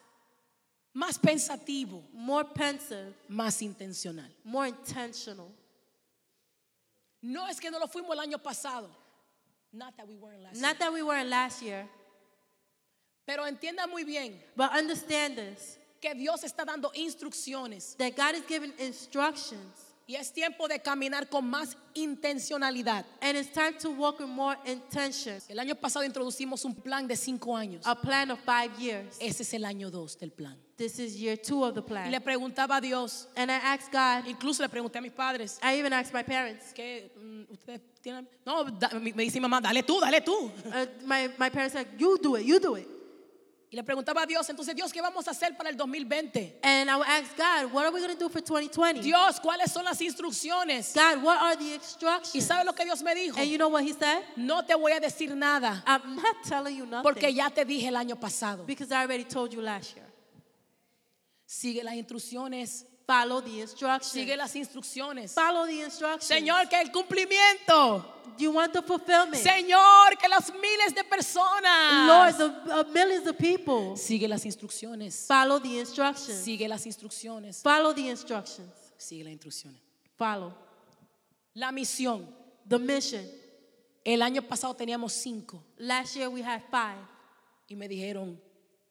Speaker 1: más pensativo,
Speaker 2: more pensive,
Speaker 1: más intencional.
Speaker 2: more intentional.
Speaker 1: No es que no lo fuimos el año pasado, Not that we weren't last year.
Speaker 2: Not that we weren't last year,
Speaker 1: Pero entienda muy bien
Speaker 2: but understand this
Speaker 1: que Dios está dando instrucciones
Speaker 2: that God is giving instructions,
Speaker 1: y es tiempo de caminar con más intencionalidad.
Speaker 2: and it's time to walk with more intention.
Speaker 1: El año pasado introducimos un plan de cinco años.
Speaker 2: A plan of five years.
Speaker 1: Ese es el año dos del plan.
Speaker 2: This is year two of the
Speaker 1: Y
Speaker 2: plan.
Speaker 1: le preguntaba a Dios,
Speaker 2: And I asked God,
Speaker 1: incluso le pregunté a mis padres,
Speaker 2: I even asked my parents.
Speaker 1: que mm, ustedes tienen... No, da- me me dice mi mamá, dale tú, dale tú.
Speaker 2: Uh, my, my parents said, You do it, you do it.
Speaker 1: Y le preguntaba a Dios, entonces Dios, ¿qué vamos a hacer para el 2020?
Speaker 2: And I would ask God, What are we going to do for 2020?
Speaker 1: Dios, ¿cuáles son las instrucciones?
Speaker 2: God, what are the
Speaker 1: ¿Y
Speaker 2: instructions?
Speaker 1: sabe lo que Dios me dijo?
Speaker 2: And you know what he said?
Speaker 1: No te voy a decir nada
Speaker 2: I'm not telling you nothing
Speaker 1: porque ya te dije el año pasado.
Speaker 2: because I already told you last year.
Speaker 1: Sigue las instrucciones,
Speaker 2: Follow the instructions.
Speaker 1: sigue las instrucciones.
Speaker 2: Follow the instructions.
Speaker 1: Señor, que el cumplimiento.
Speaker 2: you want the fulfillment.
Speaker 1: Señor, que las miles de personas.
Speaker 2: Lord, the uh, millions of people.
Speaker 1: Sigue las instrucciones.
Speaker 2: Follow the instructions.
Speaker 1: Sigue las instrucciones.
Speaker 2: Follow the instructions.
Speaker 1: Sigue las instrucciones.
Speaker 2: Follow
Speaker 1: La misión.
Speaker 2: the mission.
Speaker 1: El año pasado teníamos cinco
Speaker 2: Last year we had five,
Speaker 1: y me dijeron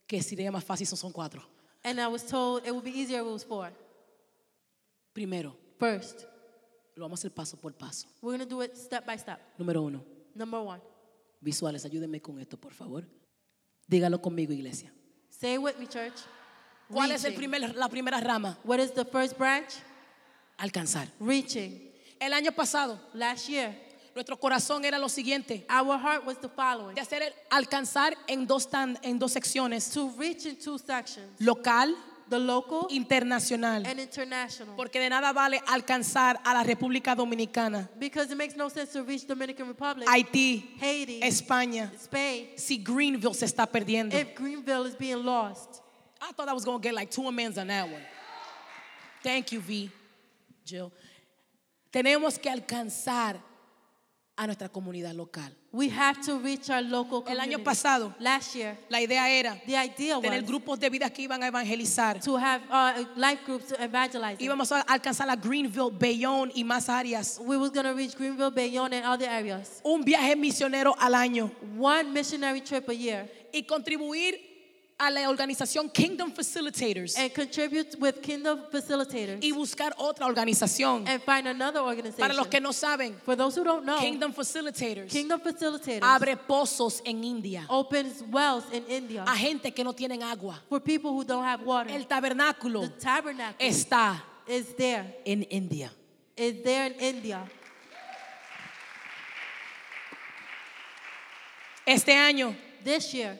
Speaker 1: que sería más fácil si son cuatro.
Speaker 2: and I was told it would be easier if it was four.
Speaker 1: Primero,
Speaker 2: First,
Speaker 1: lo vamos a hacer paso por paso.
Speaker 2: we're gonna do it step by step.
Speaker 1: Número uno,
Speaker 2: Number one,
Speaker 1: visuales, ayúdenme con esto, por favor. Dígalo conmigo, iglesia.
Speaker 2: say it with me, church.
Speaker 1: ¿Cuál es el
Speaker 2: Reaching.
Speaker 1: primer, la primera rama?
Speaker 2: What is the first branch?
Speaker 1: Alcanzar.
Speaker 2: Reaching.
Speaker 1: El año pasado,
Speaker 2: Last year,
Speaker 1: nuestro corazón era lo siguiente,
Speaker 2: our heart was the following:
Speaker 1: de hacer el alcanzar en dos, tan- en dos secciones,
Speaker 2: to reach in two sections,
Speaker 1: local,
Speaker 2: the local
Speaker 1: internacional.
Speaker 2: and international.
Speaker 1: Porque de nada vale alcanzar a la República Dominicana,
Speaker 2: Because it makes no sense to reach Dominican Republic,
Speaker 1: Haití,
Speaker 2: Haiti,
Speaker 1: España,
Speaker 2: Spain,
Speaker 1: si Greenville se está perdiendo.
Speaker 2: if Greenville is being lost.
Speaker 1: I thought I was going to get like two amens on that one. Thank you, V. Jill. Tenemos que alcanzar a nuestra comunidad local.
Speaker 2: We have to reach our local
Speaker 1: El
Speaker 2: community.
Speaker 1: año pasado,
Speaker 2: Last year,
Speaker 1: la idea era
Speaker 2: the idea
Speaker 1: tener
Speaker 2: was
Speaker 1: grupos de vidas que iban a evangelizar.
Speaker 2: to have uh, life groups to evangelize.
Speaker 1: Íbamos a alcanzar a Greenville, Bayonne y más áreas.
Speaker 2: We was going to reach Greenville, Bayonne, and other areas.
Speaker 1: Un viaje misionero al año
Speaker 2: One missionary trip a year
Speaker 1: y contribuir a la organización Kingdom Facilitators
Speaker 2: and contribute with Kingdom facilitators
Speaker 1: y buscar otra organización.
Speaker 2: and find another
Speaker 1: Para los
Speaker 2: organization.
Speaker 1: que no saben,
Speaker 2: For those who don't know,
Speaker 1: Kingdom Facilitators
Speaker 2: Kingdom facilitators
Speaker 1: abre pozos en India
Speaker 2: opens wells in India
Speaker 1: a gente que no tienen agua.
Speaker 2: for people who don't have water.
Speaker 1: El tabernáculo
Speaker 2: the tabernacle
Speaker 1: está
Speaker 2: is there.
Speaker 1: en India.
Speaker 2: Is there in India.
Speaker 1: Este año
Speaker 2: This year,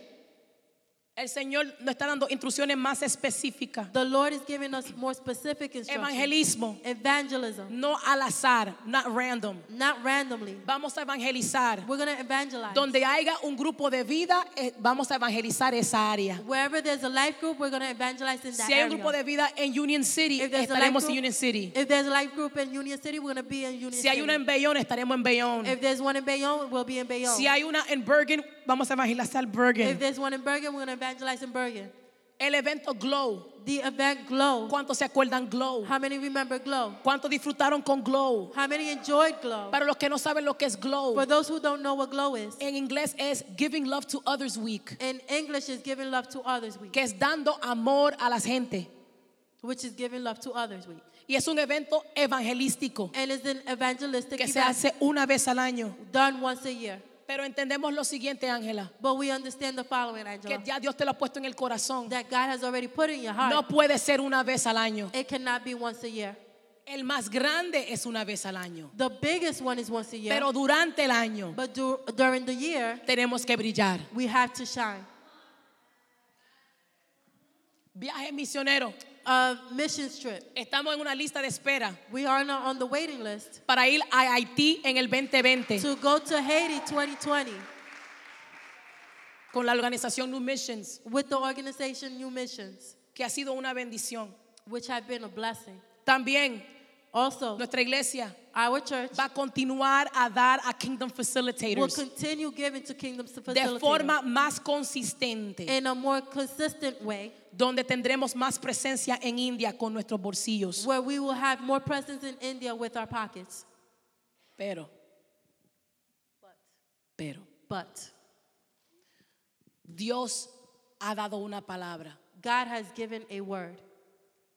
Speaker 1: el Señor nos está dando instrucciones más específicas.
Speaker 2: the Lord is giving us more specific instructions.
Speaker 1: Evangelismo,
Speaker 2: Evangelism,
Speaker 1: no al azar, not random.
Speaker 2: not randomly.
Speaker 1: Vamos a evangelizar.
Speaker 2: We're going to evangelize.
Speaker 1: Donde haya un grupo de vida, eh, vamos a evangelizar esa área.
Speaker 2: Wherever there's a life group, we're going to evangelize in that
Speaker 1: Si hay un
Speaker 2: area.
Speaker 1: grupo de vida en Union City,
Speaker 2: If there's a life
Speaker 1: estaremos en
Speaker 2: group-
Speaker 1: Union City.
Speaker 2: If there's a life group in Union City, we're going to be in Union
Speaker 1: Si
Speaker 2: City.
Speaker 1: hay una en Bayonne, estaremos en Bayonne.
Speaker 2: if there's one in Bayonne, we'll be in Bayonne.
Speaker 1: Si hay una en Bergen, vamos a evangelizar
Speaker 2: if
Speaker 1: Bergen.
Speaker 2: there's one in Bergen, we're going to evangelize in Bergen.
Speaker 1: El evento Glow.
Speaker 2: The event Glow.
Speaker 1: ¿Cuántos se acuerdan Glow?
Speaker 2: How many remember Glow?
Speaker 1: ¿Cuántos disfrutaron con Glow?
Speaker 2: How many enjoyed Glow?
Speaker 1: Para los que no saben lo que es Glow,
Speaker 2: For those who don't know what Glow is,
Speaker 1: en inglés es Giving Love to Others Week,
Speaker 2: in English is giving love to others week,
Speaker 1: que es dando amor a la gente.
Speaker 2: which is giving love to others week.
Speaker 1: Y es un evento evangelístico
Speaker 2: And it's an evangelistic
Speaker 1: que se
Speaker 2: event
Speaker 1: hace una vez al año.
Speaker 2: done once a year.
Speaker 1: Pero entendemos lo siguiente, Ángela,
Speaker 2: But we understand the following, Angela,
Speaker 1: que ya Dios te lo ha puesto en el corazón.
Speaker 2: that God has already put in your heart.
Speaker 1: No puede ser una vez al año.
Speaker 2: It cannot be once a year.
Speaker 1: El más grande es una vez al año.
Speaker 2: The biggest one is once a year.
Speaker 1: Pero durante el año
Speaker 2: but du- during the year,
Speaker 1: tenemos que brillar.
Speaker 2: we have to shine.
Speaker 1: Viaje misionero.
Speaker 2: A missions trip.
Speaker 1: Estamos en una lista de espera
Speaker 2: We are now on the waiting list
Speaker 1: para ir a Haití en el 2020
Speaker 2: to go to Haiti 2020
Speaker 1: con la organización New Missions,
Speaker 2: with the organization New Missions,
Speaker 1: que ha sido una bendición.
Speaker 2: which have been a blessing.
Speaker 1: También
Speaker 2: Also,
Speaker 1: nuestra iglesia
Speaker 2: our church
Speaker 1: va a continuar a dar a Kingdom
Speaker 2: will
Speaker 1: Facilitators
Speaker 2: continue giving to Kingdom
Speaker 1: de
Speaker 2: Facilitators
Speaker 1: forma más consistente,
Speaker 2: in a more consistent way,
Speaker 1: donde tendremos más presencia en India con nuestros bolsillos.
Speaker 2: where we will have more presence in India with our pockets.
Speaker 1: Pero Pero
Speaker 2: But
Speaker 1: Dios ha dado una palabra
Speaker 2: God has given a word.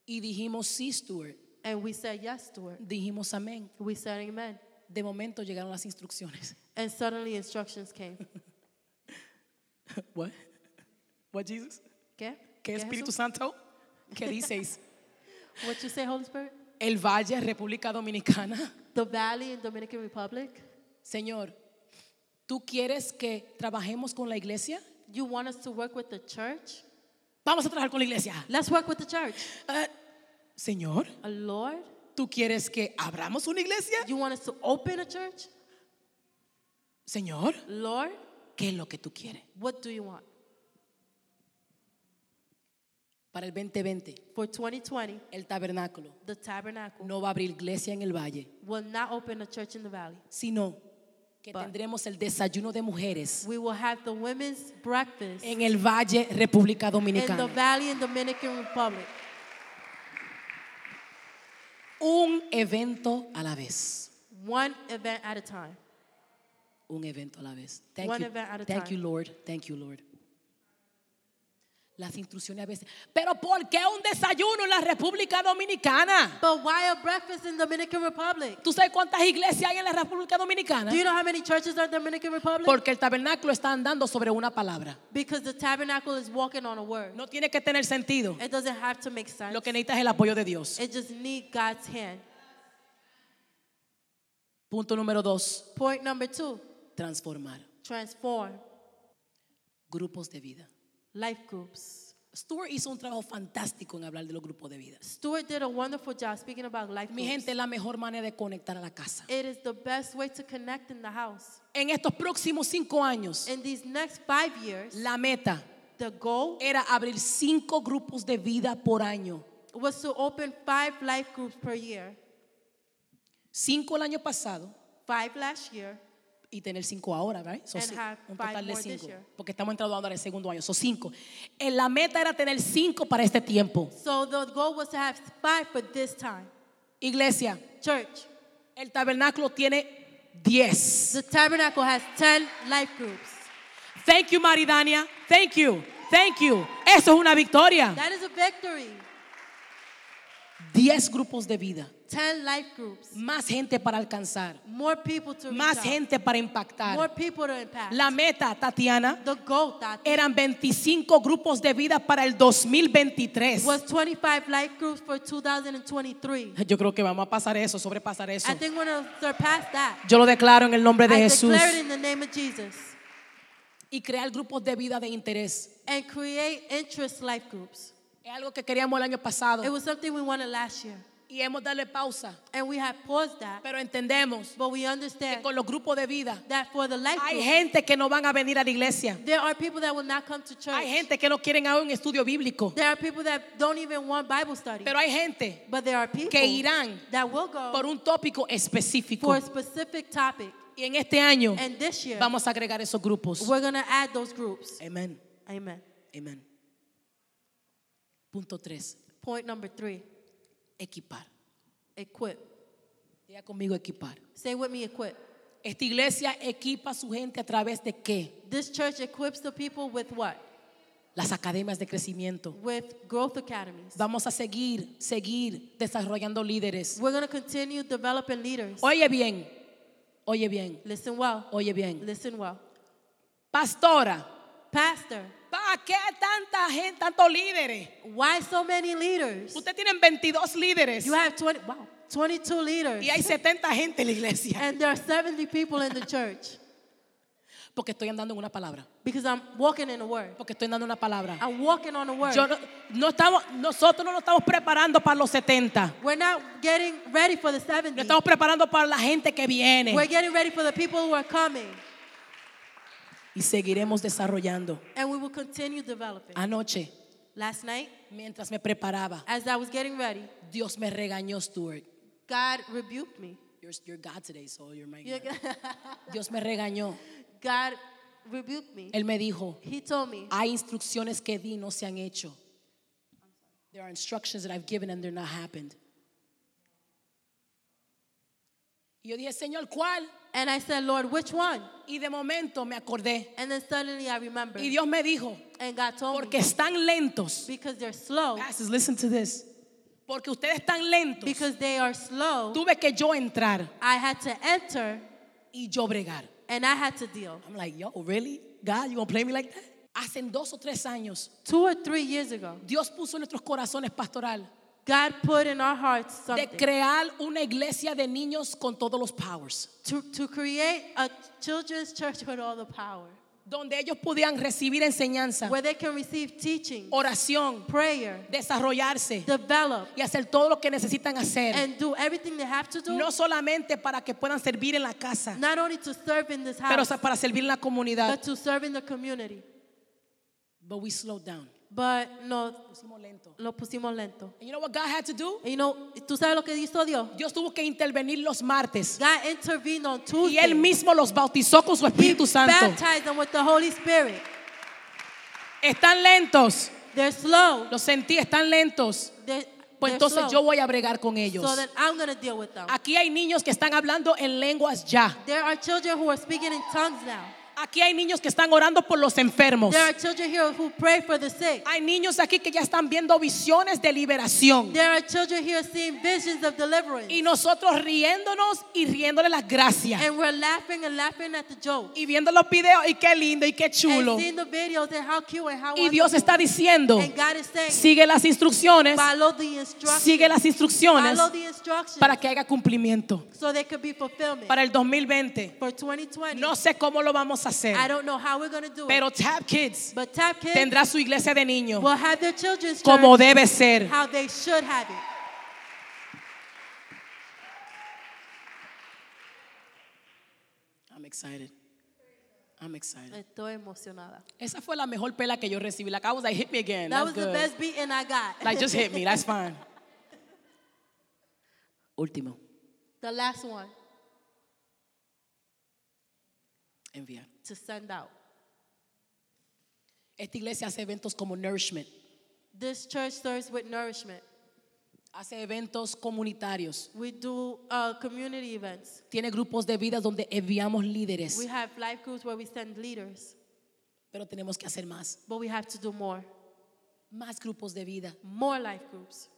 Speaker 1: y dijimos sí, Stuart.
Speaker 2: And we said yes to it.
Speaker 1: Dijimos amén.
Speaker 2: We said amen.
Speaker 1: De momento llegaron las instrucciones.
Speaker 2: And suddenly instructions came.
Speaker 1: What? What Jesus?
Speaker 2: ¿Qué?
Speaker 1: ¿Qué
Speaker 2: ¿Qué,
Speaker 1: Espíritu
Speaker 2: Jesús?
Speaker 1: Santo? ¿Qué dices?
Speaker 2: What you say, Holy Spirit?
Speaker 1: El Valle, República Dominicana.
Speaker 2: The Valley in Dominican Republic.
Speaker 1: Señor, ¿tú quieres que trabajemos con la iglesia?
Speaker 2: You want us to work with the church?
Speaker 1: Vamos a trabajar con la iglesia.
Speaker 2: Let's work with the church.
Speaker 1: Eh, señor,
Speaker 2: Uh, Lord,
Speaker 1: ¿tú quieres que abramos una iglesia?
Speaker 2: you want us to open a church?
Speaker 1: Señor,
Speaker 2: Lord,
Speaker 1: ¿qué es lo que tú quieres?
Speaker 2: what do you want?
Speaker 1: Para el 2020,
Speaker 2: For 2020,
Speaker 1: el tabernáculo
Speaker 2: the tabernacle
Speaker 1: no va a abrir iglesia en el valle,
Speaker 2: will not open a church in the valley.
Speaker 1: sino que
Speaker 2: But-
Speaker 1: tendremos el desayuno de mujeres
Speaker 2: We will have the women's breakfast
Speaker 1: en el valle, República
Speaker 2: in the
Speaker 1: Dominicana.
Speaker 2: valley in Dominican Republic.
Speaker 1: Un evento a la vez.
Speaker 2: One event at a time.
Speaker 1: Un evento a la vez. Thank
Speaker 2: One
Speaker 1: you,
Speaker 2: event at a
Speaker 1: thank
Speaker 2: time.
Speaker 1: you, Lord. Thank you, Lord. Las instrucciones a veces. Pero ¿por qué un desayuno en la República Dominicana?
Speaker 2: But why a breakfast in Dominican Republic?
Speaker 1: ¿Tú sabes cuántas iglesias hay en la República Dominicana?
Speaker 2: Do you know how many churches are in Dominican Republic?
Speaker 1: Porque el tabernáculo está andando sobre una palabra.
Speaker 2: because the tabernacle is walking on a word.
Speaker 1: No tiene que tener sentido.
Speaker 2: It doesn't have to make sense.
Speaker 1: Lo que necesitas es el apoyo de Dios.
Speaker 2: It just need God's hand.
Speaker 1: Punto número dos,
Speaker 2: Point number two,
Speaker 1: transformar
Speaker 2: transform
Speaker 1: grupos de vida.
Speaker 2: life groups.
Speaker 1: Stuart hizo un trabajo fantástico en hablar de los grupos de vida.
Speaker 2: Stuart did a wonderful job speaking about life
Speaker 1: Mi
Speaker 2: groups.
Speaker 1: gente, es la mejor manera de conectar a la casa.
Speaker 2: It is the best way to connect in the house.
Speaker 1: En estos próximos cinco años,
Speaker 2: In these next five years,
Speaker 1: la meta
Speaker 2: the goal
Speaker 1: era abrir cinco grupos de vida por año.
Speaker 2: was to open five life groups per year,
Speaker 1: Cinco el año pasado
Speaker 2: five last year,
Speaker 1: y tener cinco ahora, ¿verdad? Son
Speaker 2: And
Speaker 1: ci-
Speaker 2: have
Speaker 1: un
Speaker 2: five
Speaker 1: total de
Speaker 2: more this
Speaker 1: cinco.
Speaker 2: year.
Speaker 1: Porque estamos entrando ahora en el segundo año. Son cinco. Eh, La meta era tener cinco para este tiempo.
Speaker 2: So the goal was to have five for this time.
Speaker 1: Iglesia,
Speaker 2: Church,
Speaker 1: el tabernáculo tiene diez.
Speaker 2: the tabernacle has 10 life groups.
Speaker 1: Thank you, Maridania. Thank you. Thank you. Eso es una victoria.
Speaker 2: That is a victory.
Speaker 1: 10 grupos de vida.
Speaker 2: 10 life groups.
Speaker 1: Más gente para alcanzar.
Speaker 2: More people to reach
Speaker 1: Más
Speaker 2: out.
Speaker 1: gente para
Speaker 2: More
Speaker 1: impactar.
Speaker 2: people to impact.
Speaker 1: La meta, Tatiana,
Speaker 2: the goal that
Speaker 1: eran 25 grupos de vida para el 2023.
Speaker 2: was 25 life groups for 2023.
Speaker 1: Yo creo que vamos a pasar eso, sobrepasar eso.
Speaker 2: I think we're going to surpass that.
Speaker 1: Yo lo declaro en el nombre de
Speaker 2: I
Speaker 1: Jesús.
Speaker 2: declare it in the name of Jesus.
Speaker 1: Y crear grupos de vida de interés.
Speaker 2: And create interest life groups.
Speaker 1: Es algo que queríamos el año
Speaker 2: It
Speaker 1: pasado.
Speaker 2: was something we wanted last year.
Speaker 1: Y hemos dado pausa.
Speaker 2: And we have paused that.
Speaker 1: Pero entendemos
Speaker 2: But we
Speaker 1: que
Speaker 2: understand
Speaker 1: con los grupos de vida
Speaker 2: that for the life
Speaker 1: hay
Speaker 2: group,
Speaker 1: gente que no van a venir a la iglesia.
Speaker 2: There are people that will not come to church.
Speaker 1: Hay gente que no quieren aún un estudio bíblico,
Speaker 2: There are people that don't even want Bible study.
Speaker 1: pero hay gente
Speaker 2: but there are people
Speaker 1: que irán
Speaker 2: that will go
Speaker 1: por un tópico específico.
Speaker 2: for a specific topic.
Speaker 1: Y en este año
Speaker 2: And this year,
Speaker 1: vamos a agregar esos grupos.
Speaker 2: we're going to add those groups.
Speaker 1: Amén,
Speaker 2: Amen.
Speaker 1: amén. Punto 3,
Speaker 2: Point number three
Speaker 1: equipar.
Speaker 2: equip.
Speaker 1: Diga conmigo equipar.
Speaker 2: Say with me, equip.
Speaker 1: Esta iglesia equipa a su gente a través de qué?
Speaker 2: This church equips the people with what?
Speaker 1: Las academias de crecimiento.
Speaker 2: With growth academies.
Speaker 1: Vamos a seguir, seguir desarrollando líderes.
Speaker 2: We're going to continue developing leaders.
Speaker 1: Oye bien, oye bien,
Speaker 2: Listen well.
Speaker 1: oye bien.
Speaker 2: Listen well.
Speaker 1: Pastora,
Speaker 2: Pastor,
Speaker 1: ¿Para qué tanta gente, tantos líderes?
Speaker 2: why so many leaders?
Speaker 1: Usted tienen 22 líderes
Speaker 2: You have 20, wow, 22 leaders.
Speaker 1: y hay 70 gente en la iglesia.
Speaker 2: And there are 70 people in the church
Speaker 1: Porque estoy andando en una palabra.
Speaker 2: because I'm walking in the word.
Speaker 1: Porque estoy andando en una palabra.
Speaker 2: I'm walking on the word.
Speaker 1: Yo no, no estamos, nosotros no nos estamos preparando para los 70.
Speaker 2: We're not getting ready for the
Speaker 1: Nos
Speaker 2: 70.
Speaker 1: estamos preparando para la gente que
Speaker 2: We're
Speaker 1: viene.
Speaker 2: getting ready for the people who are coming.
Speaker 1: Y seguiremos desarrollando.
Speaker 2: And we will continue developing.
Speaker 1: Anoche,
Speaker 2: Last night,
Speaker 1: mientras me preparaba,
Speaker 2: as I was getting ready,
Speaker 1: Dios me regañó, Stuart.
Speaker 2: God rebuked me.
Speaker 1: You're, you're God today, so you're my
Speaker 2: You-
Speaker 1: God. Dios me regañó.
Speaker 2: God rebuked me.
Speaker 1: Él me dijo,
Speaker 2: He told me
Speaker 1: Hay instrucciones que di y no se han hecho. There are instructions that I've given and they're not happened. Y yo dije, Señor, ¿cuál?
Speaker 2: And I said, Lord, which one?
Speaker 1: Y de momento me acordé.
Speaker 2: And then suddenly I remembered.
Speaker 1: Y Dios me dijo,
Speaker 2: And God told
Speaker 1: porque
Speaker 2: me,
Speaker 1: están lentos.
Speaker 2: because they're slow,
Speaker 1: Pastors, listen to this. Porque ustedes están lentos.
Speaker 2: because they are slow,
Speaker 1: Tuve que yo entrar
Speaker 2: I had to enter
Speaker 1: y yo bregar.
Speaker 2: and I had to deal.
Speaker 1: I'm like, yo, really? God, you gonna play me like that? Hace dos o tres años,
Speaker 2: Two or three years ago,
Speaker 1: Dios puso en nuestros corazones pastoral
Speaker 2: God put in our hearts
Speaker 1: de
Speaker 2: something
Speaker 1: crear una iglesia de niños con todos los powers,
Speaker 2: to, to create a children's church with all the power,
Speaker 1: donde ellos pudieran recibir enseñanza,
Speaker 2: where they can receive teaching,
Speaker 1: Oh. oración,
Speaker 2: prayer,
Speaker 1: desarrollarse
Speaker 2: develop,
Speaker 1: y hacer todo lo que necesitan hacer,
Speaker 2: and do everything they have to do,
Speaker 1: no solamente para que puedan servir en la casa,
Speaker 2: not only to serve in this
Speaker 1: pero
Speaker 2: house,
Speaker 1: sa- para servir en la comunidad.
Speaker 2: but to serve in the community.
Speaker 1: But we slowed down.
Speaker 2: But no,
Speaker 1: Pusimos lento.
Speaker 2: lo pusimos lento.
Speaker 1: And you know what God had to do?
Speaker 2: Y no, tú sabes lo que hizo Dios.
Speaker 1: Dios tuvo que intervenir los martes
Speaker 2: God intervened on
Speaker 1: y
Speaker 2: Tuesday.
Speaker 1: él mismo los bautizó con su Espíritu Santo.
Speaker 2: Baptized them with the Holy Spirit.
Speaker 1: Están lentos.
Speaker 2: They're slow.
Speaker 1: Lo sentí, están lentos.
Speaker 2: They're,
Speaker 1: Pues
Speaker 2: they're
Speaker 1: entonces yo
Speaker 2: slow.
Speaker 1: voy a bregar con ellos.
Speaker 2: So then I'm going to deal with them.
Speaker 1: Aquí hay niños que están hablando en lenguas ya.
Speaker 2: There are children who are speaking in tongues now.
Speaker 1: Aquí hay niños que están orando por los enfermos.
Speaker 2: There are children here who pray for the sick.
Speaker 1: Hay niños aquí que ya están viendo visiones de liberación.
Speaker 2: There are children here seeing visions of deliverance.
Speaker 1: Y nosotros riéndonos y riéndole las gracias.
Speaker 2: And we're laughing and laughing at the joke.
Speaker 1: Y viendo los videos y qué lindo y qué chulo.
Speaker 2: And seeing the videos and how cute and how
Speaker 1: Y Dios
Speaker 2: wonderful.
Speaker 1: está diciendo,
Speaker 2: And God is saying,
Speaker 1: sigue las instrucciones,
Speaker 2: follow the instructions.
Speaker 1: sigue las instrucciones
Speaker 2: follow the instructions
Speaker 1: para que haya cumplimiento.
Speaker 2: so there could be fulfillment.
Speaker 1: Para el 2020,
Speaker 2: for 2020,
Speaker 1: no sé cómo lo vamos a hacer,
Speaker 2: I don't know how we're going to do
Speaker 1: pero
Speaker 2: it.
Speaker 1: Tap Kids
Speaker 2: But Tap Kids
Speaker 1: tendrá su iglesia de niños
Speaker 2: will have their children's
Speaker 1: como
Speaker 2: church
Speaker 1: debe ser.
Speaker 2: how they should have it.
Speaker 1: I'm excited. I'm excited.
Speaker 2: Estoy emocionada.
Speaker 1: Esa fue la mejor pela que yo recibí. Like I was like, hit me again.
Speaker 2: That
Speaker 1: That's
Speaker 2: was the
Speaker 1: good.
Speaker 2: best beating I got.
Speaker 1: Like just hit me. That's fine. Último.
Speaker 2: the last one
Speaker 1: Enviar.
Speaker 2: to send out.
Speaker 1: Esta iglesia hace eventos como Nourishment.
Speaker 2: This church serves with nourishment.
Speaker 1: Hace eventos comunitarios.
Speaker 2: We do uh, community events.
Speaker 1: Tiene grupos de vida donde enviamos
Speaker 2: We
Speaker 1: líderes.
Speaker 2: have life groups where we send leaders,
Speaker 1: Pero tenemos que hacer más.
Speaker 2: but we have to do more.
Speaker 1: Más grupos de vida.
Speaker 2: More life groups.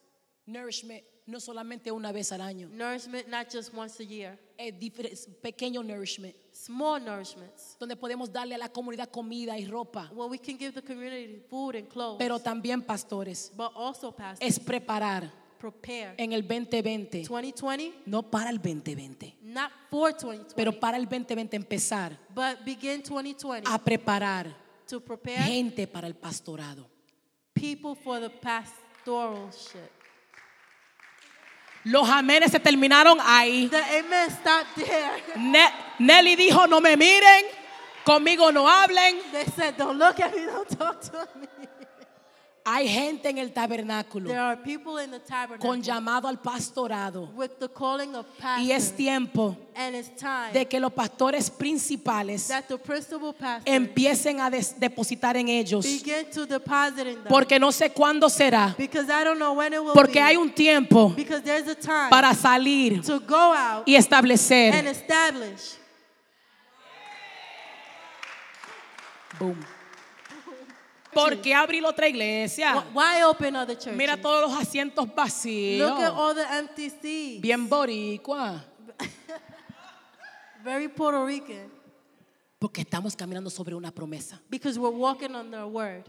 Speaker 1: Nourishment no solamente una vez al año.
Speaker 2: Nourishment not just once a year.
Speaker 1: Es difer- es pequeño nourishment.
Speaker 2: Small nourishments
Speaker 1: Donde podemos darle a la comunidad comida y ropa.
Speaker 2: where we can give the community food and clothes,
Speaker 1: Pero también, pastores,
Speaker 2: but also pastors
Speaker 1: es eh, preparar
Speaker 2: prepare.
Speaker 1: en el 2020
Speaker 2: 2020,
Speaker 1: no para el 2020,
Speaker 2: not for 2020,
Speaker 1: pero para el 2020 empezar
Speaker 2: but begin 2020
Speaker 1: a preparar
Speaker 2: to prepare
Speaker 1: gente para el pastorado.
Speaker 2: people for the pastoralship.
Speaker 1: Los amenes se terminaron ahí.
Speaker 2: The amen stopped there.
Speaker 1: Ne- Nelly dijo, no me miren, conmigo no hablen.
Speaker 2: They said, Don't look at me, don't talk to me.
Speaker 1: Hay gente en el tabernáculo
Speaker 2: There are people in the
Speaker 1: con
Speaker 2: tabernacle
Speaker 1: llamado al pastorado
Speaker 2: with the calling of
Speaker 1: y es
Speaker 2: pastor,
Speaker 1: tiempo
Speaker 2: and it's time
Speaker 1: de que los pastores principales
Speaker 2: that the principal pastor
Speaker 1: empiecen a des- depositar en ellos,
Speaker 2: begin to deposit in them.
Speaker 1: porque no sé cuándo será,
Speaker 2: because I don't know when it will be.
Speaker 1: porque hay un tiempo
Speaker 2: because there's a time
Speaker 1: para salir
Speaker 2: to go out
Speaker 1: y establecer.
Speaker 2: and establish.
Speaker 1: Boom. ¿Por qué abrir otra iglesia?
Speaker 2: Wh- Why open other churches?
Speaker 1: Mira todos los asientos
Speaker 2: Look at
Speaker 1: vacíos.
Speaker 2: all the empty seats.
Speaker 1: Bien boricua.
Speaker 2: Very Puerto Rican.
Speaker 1: Porque estamos caminando sobre una promesa.
Speaker 2: Because we're walking on their word.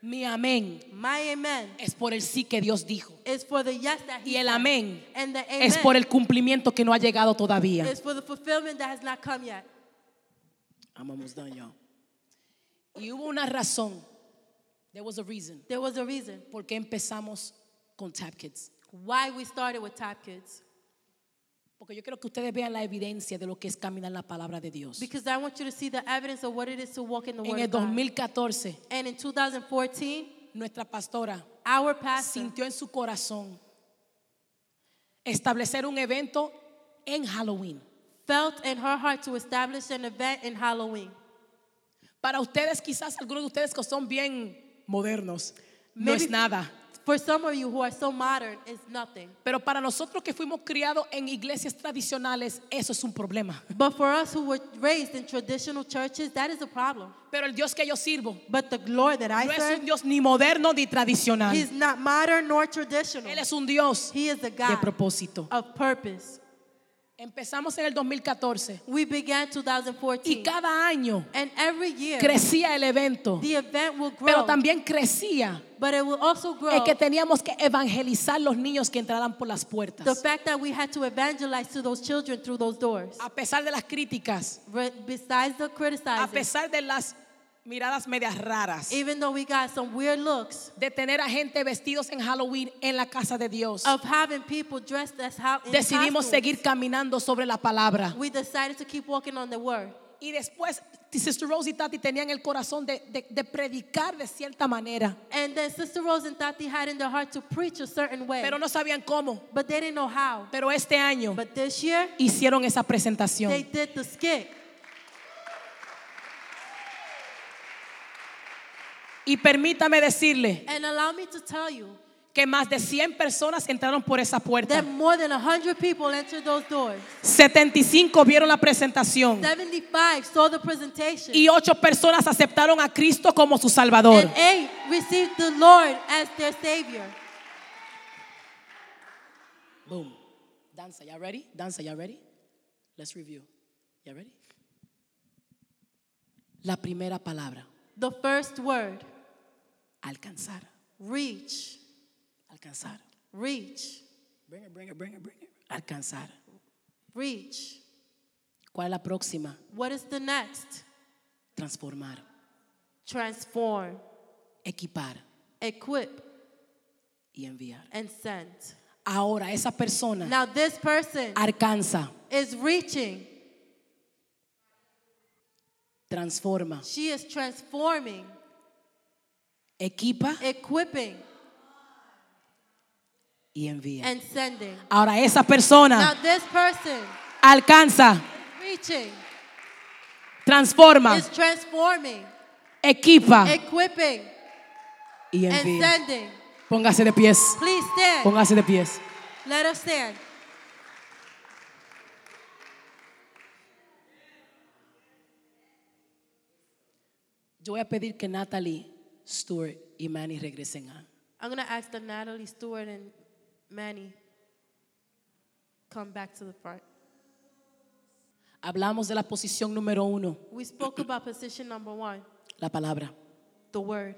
Speaker 1: Mi amén
Speaker 2: My amen
Speaker 1: es por el sí que Dios dijo.
Speaker 2: is for the yes that he
Speaker 1: Y el
Speaker 2: said.
Speaker 1: amén
Speaker 2: and the amen
Speaker 1: Es por el cumplimiento que no ha llegado todavía.
Speaker 2: is for the fulfillment that has not come yet.
Speaker 1: I'm almost done, y'all. Y hubo una razón. There was a reason.
Speaker 2: There was a reason
Speaker 1: ¿Por qué empezamos con Tap Kids?
Speaker 2: why we started with Top Kids.
Speaker 1: Porque yo quiero que ustedes vean la evidencia de lo que es caminar la palabra de Dios.
Speaker 2: Because I want you to see the evidence of what it is to walk in the
Speaker 1: En
Speaker 2: word
Speaker 1: el
Speaker 2: of God.
Speaker 1: 2014,
Speaker 2: And in 2014,
Speaker 1: nuestra pastora
Speaker 2: our pastor
Speaker 1: sintió en su corazón establecer un evento en Halloween.
Speaker 2: felt in her heart to establish an event in Halloween.
Speaker 1: Para ustedes, quizás algunos de ustedes que son bien modernos, no
Speaker 2: Maybe-
Speaker 1: es nada.
Speaker 2: For some of you who are so modern, it's nothing.
Speaker 1: Pero para nosotros que fuimos criados en iglesias tradicionales, eso es un problema.
Speaker 2: But for us who were raised in traditional churches, that is a problem.
Speaker 1: Pero el Dios que yo sirvo
Speaker 2: But the Lord that I
Speaker 1: no es un
Speaker 2: serve,
Speaker 1: Dios ni moderno ni tradicional.
Speaker 2: He's not modern nor traditional.
Speaker 1: Él es un Dios
Speaker 2: He is
Speaker 1: de
Speaker 2: a God
Speaker 1: propósito.
Speaker 2: of purpose.
Speaker 1: Empezamos en el 2014
Speaker 2: We began
Speaker 1: y
Speaker 2: 2014,
Speaker 1: cada año
Speaker 2: and every year
Speaker 1: crecía el evento,
Speaker 2: the event will grow,
Speaker 1: pero también crecía
Speaker 2: but it will also grow
Speaker 1: el que teníamos que evangelizar los niños que entraran por las
Speaker 2: the
Speaker 1: puertas.
Speaker 2: fact that we had to evangelize to those children through those doors.
Speaker 1: A pesar de las críticas,
Speaker 2: Re- Besides the
Speaker 1: a
Speaker 2: criticizing,
Speaker 1: pesar de las miradas medias raras,
Speaker 2: even though we got some weird looks
Speaker 1: de tener a gente vestidos en Halloween en la casa de Dios,
Speaker 2: of having people dressed as how in
Speaker 1: decidimos
Speaker 2: costumes,
Speaker 1: seguir caminando sobre la palabra.
Speaker 2: We decided to keep walking on the word.
Speaker 1: Y después, Sister Rose y Tati tenían el corazón de, de- de predicar de cierta manera,
Speaker 2: And then Sister Rose and Tati had in their heart to preach a certain way,
Speaker 1: pero no sabían cómo.
Speaker 2: but they didn't know how.
Speaker 1: Pero este año
Speaker 2: But this year,
Speaker 1: hicieron esa
Speaker 2: they
Speaker 1: presentación.
Speaker 2: did the skit.
Speaker 1: Y permítame decirle
Speaker 2: And allow me to tell you
Speaker 1: que más de 100 personas entraron por esa puerta.
Speaker 2: that more than 100 people entered those doors.
Speaker 1: 75 vieron la presentación
Speaker 2: 75 saw the presentation.
Speaker 1: y 8 personas aceptaron a Cristo como su Salvador.
Speaker 2: and eight received the Lord as their Savior.
Speaker 1: Boom. Danza, y'all ready? Danza, y'all ready? Let's review. Y'all ready? La primera palabra,
Speaker 2: The first word
Speaker 1: alcanzar.
Speaker 2: reach,
Speaker 1: Alcanzar.
Speaker 2: reach,
Speaker 1: Bring it, bring it, bring it, bring it. Alcanzar.
Speaker 2: reach.
Speaker 1: ¿Cuál es la próxima?
Speaker 2: What is the next?
Speaker 1: Transformar,
Speaker 2: Transform,
Speaker 1: equipar
Speaker 2: equip,
Speaker 1: y enviar.
Speaker 2: and send.
Speaker 1: Ahora esa persona
Speaker 2: Now, this person
Speaker 1: alcanza,
Speaker 2: is reaching,
Speaker 1: transforma,
Speaker 2: she is transforming,
Speaker 1: equipa
Speaker 2: equipping,
Speaker 1: y envía.
Speaker 2: and sending.
Speaker 1: Ahora esa
Speaker 2: Now,
Speaker 1: persona
Speaker 2: this person
Speaker 1: alcanza,
Speaker 2: reaching
Speaker 1: transforma,
Speaker 2: is transforming,
Speaker 1: equipa
Speaker 2: equipping,
Speaker 1: y
Speaker 2: and
Speaker 1: envía.
Speaker 2: sending.
Speaker 1: Póngase de pies.
Speaker 2: Please stand.
Speaker 1: Póngase de pies.
Speaker 2: Let us stand.
Speaker 1: Yo voy a pedir que Natalie, Stuart y Manny regresen a.
Speaker 2: I'm going to ask that Natalie Stewart and Manny come back to the front.
Speaker 1: Hablamos de la posición número uno,
Speaker 2: We spoke about position number one,
Speaker 1: la palabra.
Speaker 2: the word.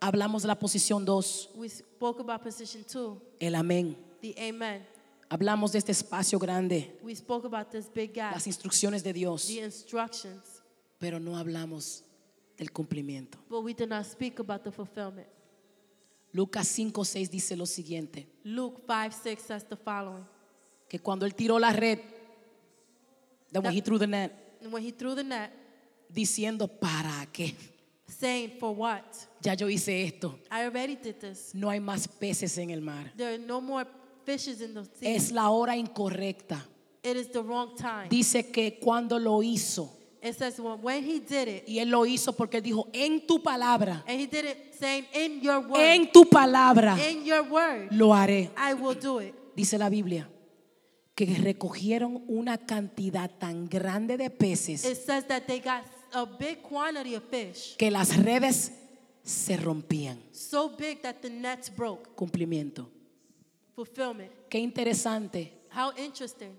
Speaker 1: Hablamos de la posición dos,
Speaker 2: We spoke about position two,
Speaker 1: el amén.
Speaker 2: the amen.
Speaker 1: Hablamos de este espacio grande,
Speaker 2: We spoke about this big gap,
Speaker 1: las instrucciones de Dios,
Speaker 2: the instructions,
Speaker 1: pero no hablamos del cumplimiento.
Speaker 2: but we did not speak about the fulfillment.
Speaker 1: Lucas 5, 6 dice lo siguiente,
Speaker 2: Luke 5 6 says the following.
Speaker 1: que cuando él tiró la red, that when he threw the net,
Speaker 2: And when he threw the net,
Speaker 1: diciendo, ¿para qué?
Speaker 2: saying, For what?
Speaker 1: Ya yo hice esto,
Speaker 2: I already did this.
Speaker 1: no hay más peces en el mar.
Speaker 2: There are no more fishes in the sea.
Speaker 1: Es la hora incorrecta.
Speaker 2: It is the wrong time.
Speaker 1: Dice que cuando lo hizo,
Speaker 2: It says, well, When he did it,
Speaker 1: y él lo hizo porque él dijo, en tu palabra,
Speaker 2: And he did it saying, In your word,
Speaker 1: en tu palabra
Speaker 2: in your word,
Speaker 1: lo haré.
Speaker 2: I will do it.
Speaker 1: Dice la Biblia que recogieron una cantidad tan grande de peces
Speaker 2: It says that they got a big quantity of fish,
Speaker 1: que las redes se rompían.
Speaker 2: so big that the nets broke.
Speaker 1: Cumplimiento.
Speaker 2: Fulfillment.
Speaker 1: Qué interesante
Speaker 2: How interesting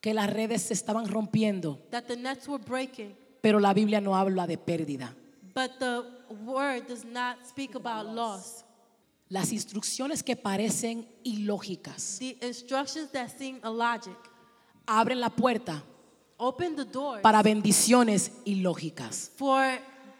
Speaker 1: que las redes se estaban rompiendo,
Speaker 2: that the nets were breaking,
Speaker 1: pero la Biblia no habla de pérdida.
Speaker 2: but the word does not speak about loss.
Speaker 1: Las instrucciones que parecen ilógicas
Speaker 2: The instructions that seem illogic
Speaker 1: abren la puerta
Speaker 2: open the door
Speaker 1: para bendiciones ilógicas.
Speaker 2: for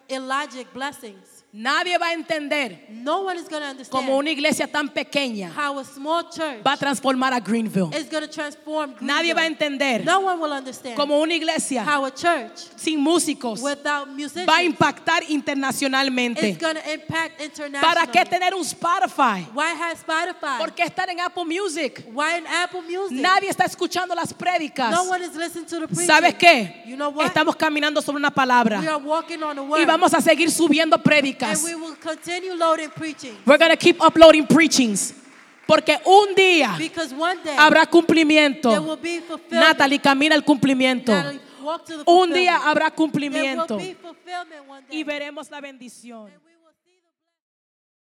Speaker 2: illogic blessings.
Speaker 1: Nadie va a entender
Speaker 2: No one is going to
Speaker 1: cómo
Speaker 2: understand
Speaker 1: una iglesia tan pequeña
Speaker 2: how a small church
Speaker 1: va a transformar a Greenville.
Speaker 2: is going to transform.
Speaker 1: Nadie va a
Speaker 2: Greenville.
Speaker 1: entender
Speaker 2: No one will understand
Speaker 1: cómo una iglesia
Speaker 2: how a church
Speaker 1: sin músicos
Speaker 2: without
Speaker 1: va a
Speaker 2: musicians
Speaker 1: impactar
Speaker 2: is
Speaker 1: internacionalmente.
Speaker 2: going to impact internationally.
Speaker 1: ¿Para qué tener un Spotify?
Speaker 2: Why has Spotify?
Speaker 1: ¿Por qué estar en Apple Music?
Speaker 2: Why in Apple Music?
Speaker 1: Nadie está escuchando las prédicas.
Speaker 2: no one is listening to the preaching.
Speaker 1: ¿Sabes qué?
Speaker 2: You know what?
Speaker 1: Estamos caminando sobre una palabra
Speaker 2: we are walking on the word.
Speaker 1: y vamos a seguir subiendo
Speaker 2: And
Speaker 1: prédicas.
Speaker 2: we will continue loading preaching.
Speaker 1: We're going to keep uploading preachings. Porque un día
Speaker 2: Because one day
Speaker 1: habrá
Speaker 2: there
Speaker 1: cumplimiento.
Speaker 2: will be fulfillment.
Speaker 1: Natalie camina el cumplimiento.
Speaker 2: Natalie, walk to the
Speaker 1: Un día
Speaker 2: fulfillment.
Speaker 1: habrá
Speaker 2: There will
Speaker 1: cumplimiento
Speaker 2: be fulfillment one day.
Speaker 1: y veremos la bendición.
Speaker 2: And we